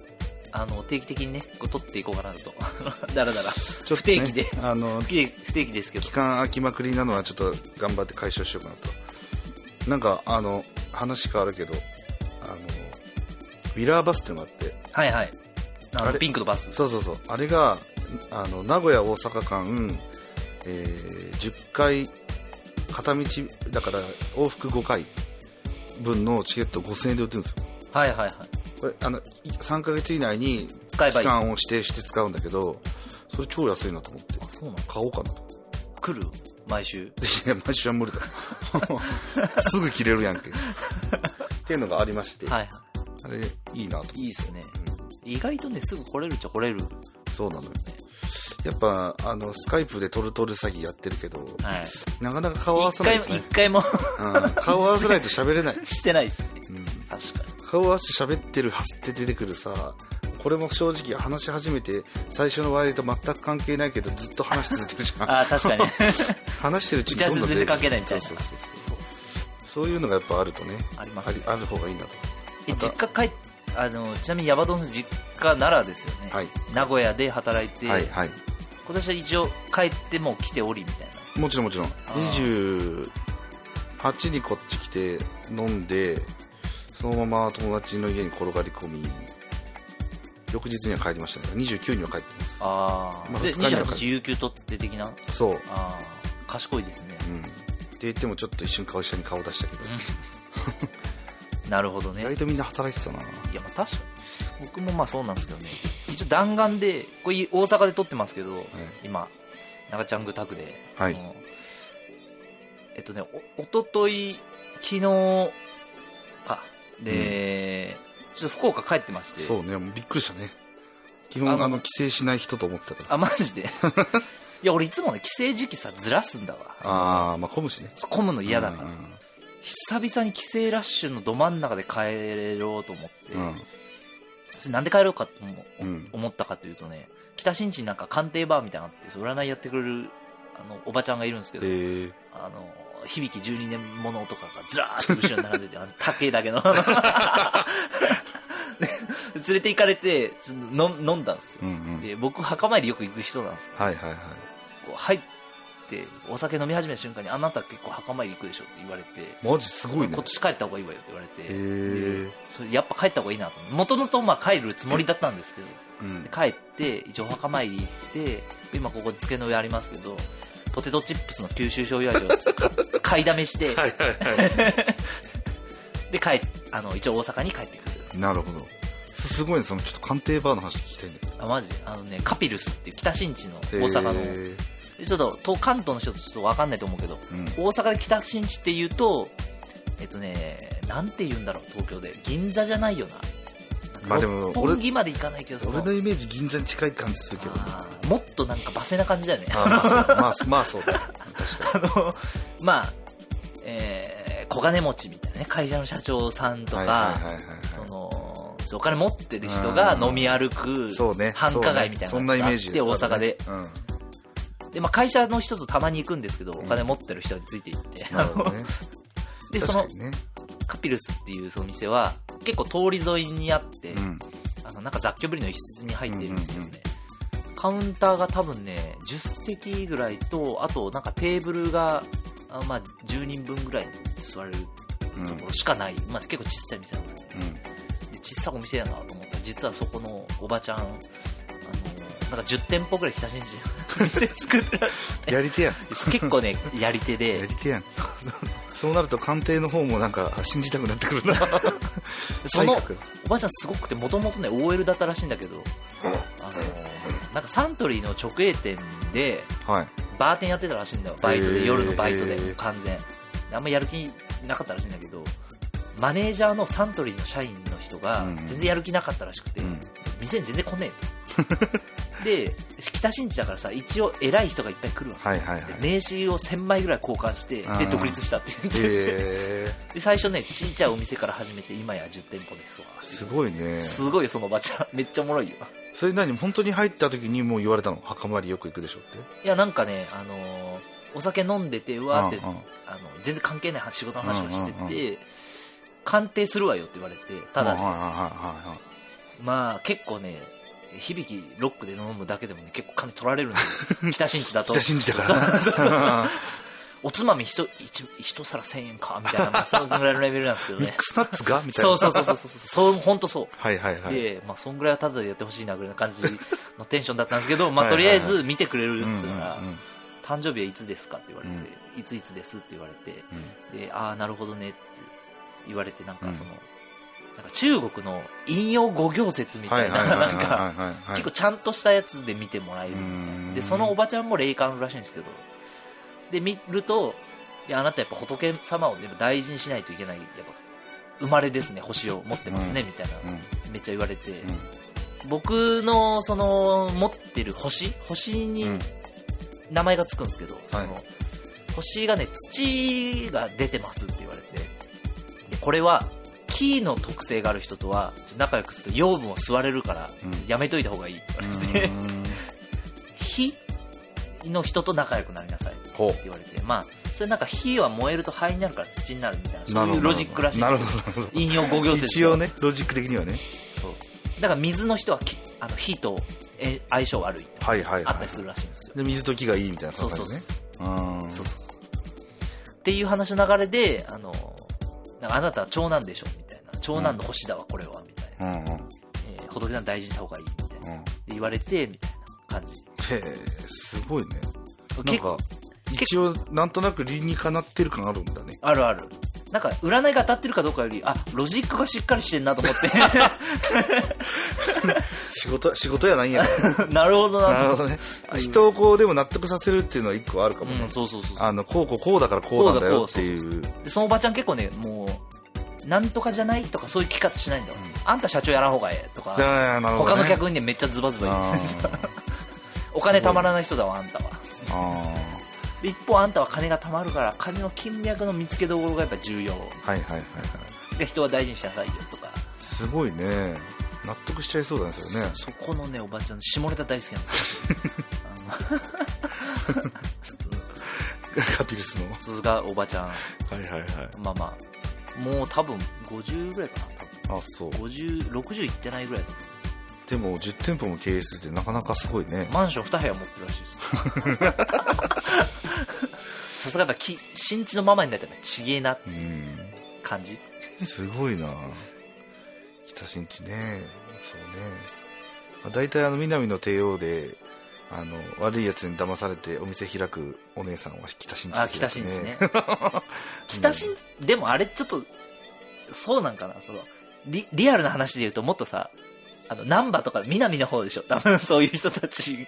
[SPEAKER 2] あの定期的にねこう取っていこうかなと だらだら不定期で、
[SPEAKER 1] ねあの
[SPEAKER 2] 不定不定期ですけど
[SPEAKER 1] 期間空きまくりなのはちょっと頑張って解消しようかなとなんかあの話変わるけどあのウィラーバスっていうのがあって
[SPEAKER 2] はいはいあの
[SPEAKER 1] あれ
[SPEAKER 2] ピンクのバス
[SPEAKER 1] そうそうそうあれがあの名古屋大阪間、えー10回片道だから往復5回分のチケット5000円で売ってるんですよ
[SPEAKER 2] はいはいはい
[SPEAKER 1] これあのい3ヶ月以内に
[SPEAKER 2] 使えば
[SPEAKER 1] 期
[SPEAKER 2] いいあ
[SPEAKER 1] 間を指定して使うんだけどそれ超安いなと思って
[SPEAKER 2] そうなの
[SPEAKER 1] 買おうかなと
[SPEAKER 2] 来る毎週
[SPEAKER 1] いやマジは無理だ すぐ切れるやんけっていうのがありまして、
[SPEAKER 2] はいは
[SPEAKER 1] あれいいなと思って
[SPEAKER 2] いいいっすね意外とねすぐ来れるっちゃ来れる
[SPEAKER 1] そうなのよやっぱあのスカイプでトルトル詐欺やってるけど
[SPEAKER 2] はい
[SPEAKER 1] なかなか顔合わ
[SPEAKER 2] 一
[SPEAKER 1] さな
[SPEAKER 2] 回
[SPEAKER 1] い
[SPEAKER 2] も
[SPEAKER 1] と、ね
[SPEAKER 2] 一、回も
[SPEAKER 1] うん顔合わせないと喋れない、
[SPEAKER 2] してないですね
[SPEAKER 1] うん
[SPEAKER 2] 確かに
[SPEAKER 1] 顔合わせて喋ってるはずって出てくるさこれも正直話し始めて最初の話題と全く関係ないけどずっと話し続けてるじゃん
[SPEAKER 2] ああ確かに
[SPEAKER 1] 話してるうちにどんどん
[SPEAKER 2] 打ち合わせ全然関係ないみたいな
[SPEAKER 1] そうそうそう
[SPEAKER 2] そうっす
[SPEAKER 1] そういうのがやっぱあるとね
[SPEAKER 2] ありますね
[SPEAKER 1] ありある方がいいなと
[SPEAKER 2] え
[SPEAKER 1] また
[SPEAKER 2] 実家帰っあのちなみにヤバトンさん実家奈良ですよね、
[SPEAKER 1] はい
[SPEAKER 2] 名古屋で働いて、
[SPEAKER 1] はいはい
[SPEAKER 2] 今年は一応帰ってもう来ておりみたい
[SPEAKER 1] もちろんもちろん
[SPEAKER 2] ー
[SPEAKER 1] 28にこっち来て飲んでそのまま友達の家に転がり込み翌日には帰りましたね29には帰ってます
[SPEAKER 2] なああ、
[SPEAKER 1] まあ
[SPEAKER 2] で
[SPEAKER 1] 二日には
[SPEAKER 2] 28日有給取って的な
[SPEAKER 1] そう
[SPEAKER 2] ああ賢いですね、
[SPEAKER 1] うんって言ってもちょっと一瞬顔下に顔出したけど、
[SPEAKER 2] なるほどね
[SPEAKER 1] 意外とみんな働いてたない
[SPEAKER 2] やまあ確かに僕もまあそうなんですけどね一応弾丸でこれ大阪で撮ってますけど、今長ちゃんグタクで、
[SPEAKER 1] はい
[SPEAKER 2] あのえっとねおおととい昨日かで、ちょっと福岡帰ってまして
[SPEAKER 1] そうねもうびっくりしたね基
[SPEAKER 2] あ
[SPEAKER 1] 本
[SPEAKER 2] の
[SPEAKER 1] あの帰省しない人と思ってたから
[SPEAKER 2] あマジで いや俺いつもね帰省時期さずらすんだわ
[SPEAKER 1] ああーまあ混むしね
[SPEAKER 2] 混むの嫌だから、
[SPEAKER 1] うん
[SPEAKER 2] 久々に帰省ラッシュのど真ん中で帰ろうと思って、
[SPEAKER 1] うん
[SPEAKER 2] それなんで帰ろうかと思う
[SPEAKER 1] うん
[SPEAKER 2] 思ったかというとね北新地になんか鑑定バーみたいなのあってその占いやってくれるあのおばちゃんがいるんですけ
[SPEAKER 1] え
[SPEAKER 2] ど、
[SPEAKER 1] ー、
[SPEAKER 2] あの響き12年ものとかがずらーっと後ろに並んでて あの高いだけの で連れて行かれてつの飲んだんですよ
[SPEAKER 1] うんうん
[SPEAKER 2] で僕墓参りよく行く人なんです
[SPEAKER 1] はいはいはい
[SPEAKER 2] こう入ってお酒飲み始めた瞬間にあなた結構墓参り行くでしょって言われて
[SPEAKER 1] マジすごいね
[SPEAKER 2] 今年帰った方がいいわよって言われて、
[SPEAKER 1] へー
[SPEAKER 2] それやっぱ帰った方がいいなと思ってもともとまあ帰るつもりだったんですけど
[SPEAKER 1] うん
[SPEAKER 2] で帰って一応お墓参り行って今ここ机の上ありますけどポテトチップスの九州醤油味をちょっと 買いだめして、
[SPEAKER 1] はいはいは
[SPEAKER 2] で帰っあの一応大阪に帰ってくる
[SPEAKER 1] いなるほどすすごいねそのちょっと鑑定バーの話聞きたいんだけど
[SPEAKER 2] あマジあのねカピルスっていう北新地の 大阪の、
[SPEAKER 1] へー
[SPEAKER 2] でちょっと東関東の人ちょっと分かんないと思うけど
[SPEAKER 1] うん
[SPEAKER 2] 大阪で北新地って言うとえっとねなんて言うんだろう東京で銀座じゃないよな
[SPEAKER 1] まあでも
[SPEAKER 2] 六本木まで行かないけどその
[SPEAKER 1] 俺のイメージ銀座に近い感じするけどあ
[SPEAKER 2] あーもっとなんかバセな感じだよね
[SPEAKER 1] ーまあそうまあまあそうだ確か
[SPEAKER 2] あの、まあ、えー小金持ちみたいなね、会社の社長さ んと
[SPEAKER 1] に
[SPEAKER 2] か、
[SPEAKER 1] はいはいはいはいはい
[SPEAKER 2] その、お金持ってる人が飲み歩く、
[SPEAKER 1] そうね
[SPEAKER 2] 繁華街みたいな
[SPEAKER 1] そう
[SPEAKER 2] の
[SPEAKER 1] ねそん
[SPEAKER 2] があって
[SPEAKER 1] なイメージ
[SPEAKER 2] 大阪で
[SPEAKER 1] うんな
[SPEAKER 2] で、まあ会社の人とたまに行くんですけど、お金持ってる人について行っ
[SPEAKER 1] る
[SPEAKER 2] て、
[SPEAKER 1] ほどね
[SPEAKER 2] で、
[SPEAKER 1] 確
[SPEAKER 2] そ
[SPEAKER 1] か
[SPEAKER 2] の
[SPEAKER 1] にね
[SPEAKER 2] カピルスっていうその店は、結構通り沿いにあって、
[SPEAKER 1] うん
[SPEAKER 2] あの、なんか雑居ビルの一室に入っているんですけどね、
[SPEAKER 1] うんう
[SPEAKER 2] カウンターが多分ね、10席ぐらいと、あとなんかテーブルが、あまあ10人分ぐらい座れる
[SPEAKER 1] うん
[SPEAKER 2] ところしかない、まあ結構小さい店なんですけど、
[SPEAKER 1] うん
[SPEAKER 2] で小さいお店やなと思ったら実はそこのおばちゃんあのなんか10店舗ぐらい北新地の 店作 ってらっしゃって
[SPEAKER 1] やり手や
[SPEAKER 2] 結構ねやり手
[SPEAKER 1] や
[SPEAKER 2] で
[SPEAKER 1] り手やんそうなると鑑定の方もなんか信じたくなってく るな
[SPEAKER 2] その
[SPEAKER 1] 才覚
[SPEAKER 2] おばあちゃんすごくてもともとね OL だったらしいんだけどあのなんかサントリーの直営店で
[SPEAKER 1] はい
[SPEAKER 2] バーテンやってたらしいんだよバイト
[SPEAKER 1] へ
[SPEAKER 2] で
[SPEAKER 1] ー
[SPEAKER 2] 夜のバイトで
[SPEAKER 1] へー
[SPEAKER 2] 完全あんまやる気なかったらしいんだけどマネージャーのサントリーの社員の人が
[SPEAKER 1] うん
[SPEAKER 2] 全然やる気なかったらしくて、
[SPEAKER 1] うん
[SPEAKER 2] 店に全然来ねえと で北新地だからさ一応偉い人がいっぱい来るわけ、
[SPEAKER 1] はいはいはい
[SPEAKER 2] 名刺を1000枚ぐらい交換して
[SPEAKER 1] あ
[SPEAKER 2] で
[SPEAKER 1] ー
[SPEAKER 2] 独立したって言って、
[SPEAKER 1] え
[SPEAKER 2] で最初ねちっちゃいお店から始めて今や10店舗ですわ
[SPEAKER 1] ー、すごいね
[SPEAKER 2] すごいよそのおばちゃんめっちゃおもろいよ
[SPEAKER 1] それ何本当に入った時にもう言われたの墓参りよく行くでしょって
[SPEAKER 2] いやなんかねあのーお酒飲んでてうわーって
[SPEAKER 1] うんうん
[SPEAKER 2] あの全然関係ない話仕事の話をしてて、
[SPEAKER 1] うんうん
[SPEAKER 2] 鑑定するわよって言われてただ
[SPEAKER 1] はい
[SPEAKER 2] ね、
[SPEAKER 1] はいはいはい
[SPEAKER 2] まあ結構ね響きロックで飲むだけでもね結構金取られる んですよ北新地だと
[SPEAKER 1] 北新地だからな
[SPEAKER 2] おつまみひと一一皿1000円かみたい な、まあ、そのぐらいのレベルなんですけど
[SPEAKER 1] ミッ
[SPEAKER 2] ね
[SPEAKER 1] クスナッツがみたいな
[SPEAKER 2] そうそうそうそうそうそう本当そう
[SPEAKER 1] はいはいはい
[SPEAKER 2] で、まあ、そんぐらいはタダでやってほしいなぐらいの感じのテンションだったんですけど、まあ、
[SPEAKER 1] はい
[SPEAKER 2] と
[SPEAKER 1] はい
[SPEAKER 2] りあ
[SPEAKER 1] は
[SPEAKER 2] え
[SPEAKER 1] い
[SPEAKER 2] ず見てくれるっつうから、
[SPEAKER 1] うんうんうん
[SPEAKER 2] 誕生日はいつですかって言われて、いついつですって言われて、で、ああ、なるほどねって言われて、なんかその、なんか中国の引用語行説み
[SPEAKER 1] は
[SPEAKER 2] た
[SPEAKER 1] い
[SPEAKER 2] い
[SPEAKER 1] は
[SPEAKER 2] な、
[SPEAKER 1] いはい
[SPEAKER 2] なんか、
[SPEAKER 1] はいはいはい
[SPEAKER 2] 結構ちゃんとしたやつで見てもらえるみたい
[SPEAKER 1] うん
[SPEAKER 2] な。で、そのおばちゃんも霊感らしいんですけど、で、見ると、いや、あなたやっぱ仏様をでも大事にしないといけない、やっぱ、生まれですね、星を持ってますね、みたいな、
[SPEAKER 1] うんうん
[SPEAKER 2] めっちゃ言われて、僕の、その、持ってる星星に
[SPEAKER 1] うん
[SPEAKER 2] 名前がつくんですけど、その星がね土が出てますって言われてでこれは木の特性がある人とはちょっと仲良くすると養分を吸われるから
[SPEAKER 1] うん
[SPEAKER 2] やめといた方がいいって言われて、
[SPEAKER 1] うん
[SPEAKER 2] 火の人と仲良くなりなさいって
[SPEAKER 1] ほう
[SPEAKER 2] 言われてまあそれなんか火は燃えると灰になるから土になるみたいな
[SPEAKER 1] な
[SPEAKER 2] そう
[SPEAKER 1] る
[SPEAKER 2] い
[SPEAKER 1] ほ
[SPEAKER 2] う
[SPEAKER 1] ど
[SPEAKER 2] ロジックらしい
[SPEAKER 1] なるほどなるほど
[SPEAKER 2] 引用五行説
[SPEAKER 1] 一応ねロジック的にはね
[SPEAKER 2] そうだから水の人は木あの火とえ相性悪いとか
[SPEAKER 1] はいはい
[SPEAKER 2] あ
[SPEAKER 1] は
[SPEAKER 2] ったりす
[SPEAKER 1] い
[SPEAKER 2] るらしいんですよ、
[SPEAKER 1] で水と木がいいみたいな
[SPEAKER 2] そう
[SPEAKER 1] 感
[SPEAKER 2] そ
[SPEAKER 1] じ
[SPEAKER 2] う
[SPEAKER 1] ね
[SPEAKER 2] そう
[SPEAKER 1] うん
[SPEAKER 2] そうそうそう。っていう話の流れで、あの、なんかあなたは長男でしょみたいな。長男の星だわ、これは、みたいな。
[SPEAKER 1] うんうんうん
[SPEAKER 2] えー仏さん大事にした方がいい、みたいな。って言われて、みたいな感じ。
[SPEAKER 1] へえすごいねなん
[SPEAKER 2] 結
[SPEAKER 1] か
[SPEAKER 2] 構、
[SPEAKER 1] 一応なんとなく理にかなってる感あるんだね
[SPEAKER 2] あるある。なんか、占いが当たってるかどうかより、あ、ロジックがしっかりしてんなと思っ
[SPEAKER 1] 仕事 仕事やないんや
[SPEAKER 2] て、なるほ どな
[SPEAKER 1] な
[SPEAKER 2] と
[SPEAKER 1] る
[SPEAKER 2] 思
[SPEAKER 1] ほ
[SPEAKER 2] っ
[SPEAKER 1] ど
[SPEAKER 2] て。
[SPEAKER 1] ね人をこうでも納得させるっていうのは一個あるかも
[SPEAKER 2] う
[SPEAKER 1] ね
[SPEAKER 2] ん、そうそうそう。
[SPEAKER 1] あのこうこうこうだからこうなんだよっていう
[SPEAKER 2] で、そのおばちゃん結構ね、もう、なんとかじゃないとかそういう聞き方しないんだよ。あんた社長やらん方がええとか、
[SPEAKER 1] あーなるほど
[SPEAKER 2] 他
[SPEAKER 1] ね
[SPEAKER 2] の客にね、めっちゃズバズバ言う
[SPEAKER 1] あ
[SPEAKER 2] お金たまらない人だわ、あんたは。つって
[SPEAKER 1] ーあ
[SPEAKER 2] 一方あんたは金が貯まるから金の金脈の見つけどころがやっぱ重要
[SPEAKER 1] ーはいはいはいはい
[SPEAKER 2] で人は大事にしなさいよとか
[SPEAKER 1] すごいね納得しちゃいそうなんですよね
[SPEAKER 2] そこのねおばちゃん下ネタ大好きなんですよあの
[SPEAKER 1] カピルスのは
[SPEAKER 2] 鈴鹿おばちゃん
[SPEAKER 1] いはいはい
[SPEAKER 2] まあまあもう多分50ぐらいかな
[SPEAKER 1] あそう
[SPEAKER 2] 多分5060いってないぐらいだと思
[SPEAKER 1] でも10店舗も経営するってなかなかすごいね
[SPEAKER 2] うマンション2部屋持ってるらしいですさすがやっぱき新地のままになったらちげえなって
[SPEAKER 1] うん
[SPEAKER 2] 感じ
[SPEAKER 1] すごいな北新地ねそうねまあ大体あの南の帝王であの悪いやつに騙されてお店開くお姉さんは北新地
[SPEAKER 2] あ
[SPEAKER 1] って
[SPEAKER 2] 北
[SPEAKER 1] 開く
[SPEAKER 2] 新 地ね北新地、でもあれちょっとそうなんかなそのリリアルな話で言うともっとさあの難波とか南の方でしょ多分そういう人たち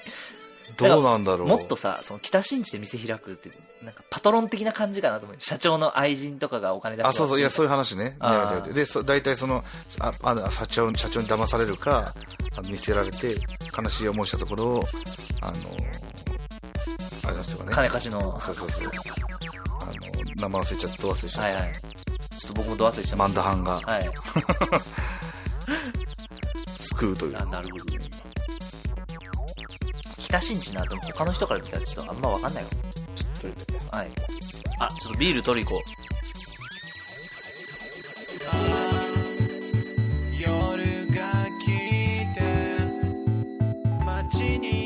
[SPEAKER 1] どうなんだろう
[SPEAKER 2] もっとさその北新地で店開くってなんかパトロン的な感じかなと思う社長の愛人とかがお金出して
[SPEAKER 1] あそうそういやそういう話ね
[SPEAKER 2] あー
[SPEAKER 1] やめてやめてでそ大体そのああの社長社長に騙されるかあの見捨てられて悲しい思いしたところをあのあれの人がね
[SPEAKER 2] 金貸しのは
[SPEAKER 1] そうそうそうあの名前忘れちゃった忘れちゃった、
[SPEAKER 2] いはいちょっと僕もド忘れして
[SPEAKER 1] マ
[SPEAKER 2] ます
[SPEAKER 1] ンダハンが
[SPEAKER 2] はい
[SPEAKER 1] 救うという
[SPEAKER 2] あなるほど北新地なでも他の人から見たらちょっとあんま分かんないわはいあちょっとビール取り行こう
[SPEAKER 4] 夜が来て街に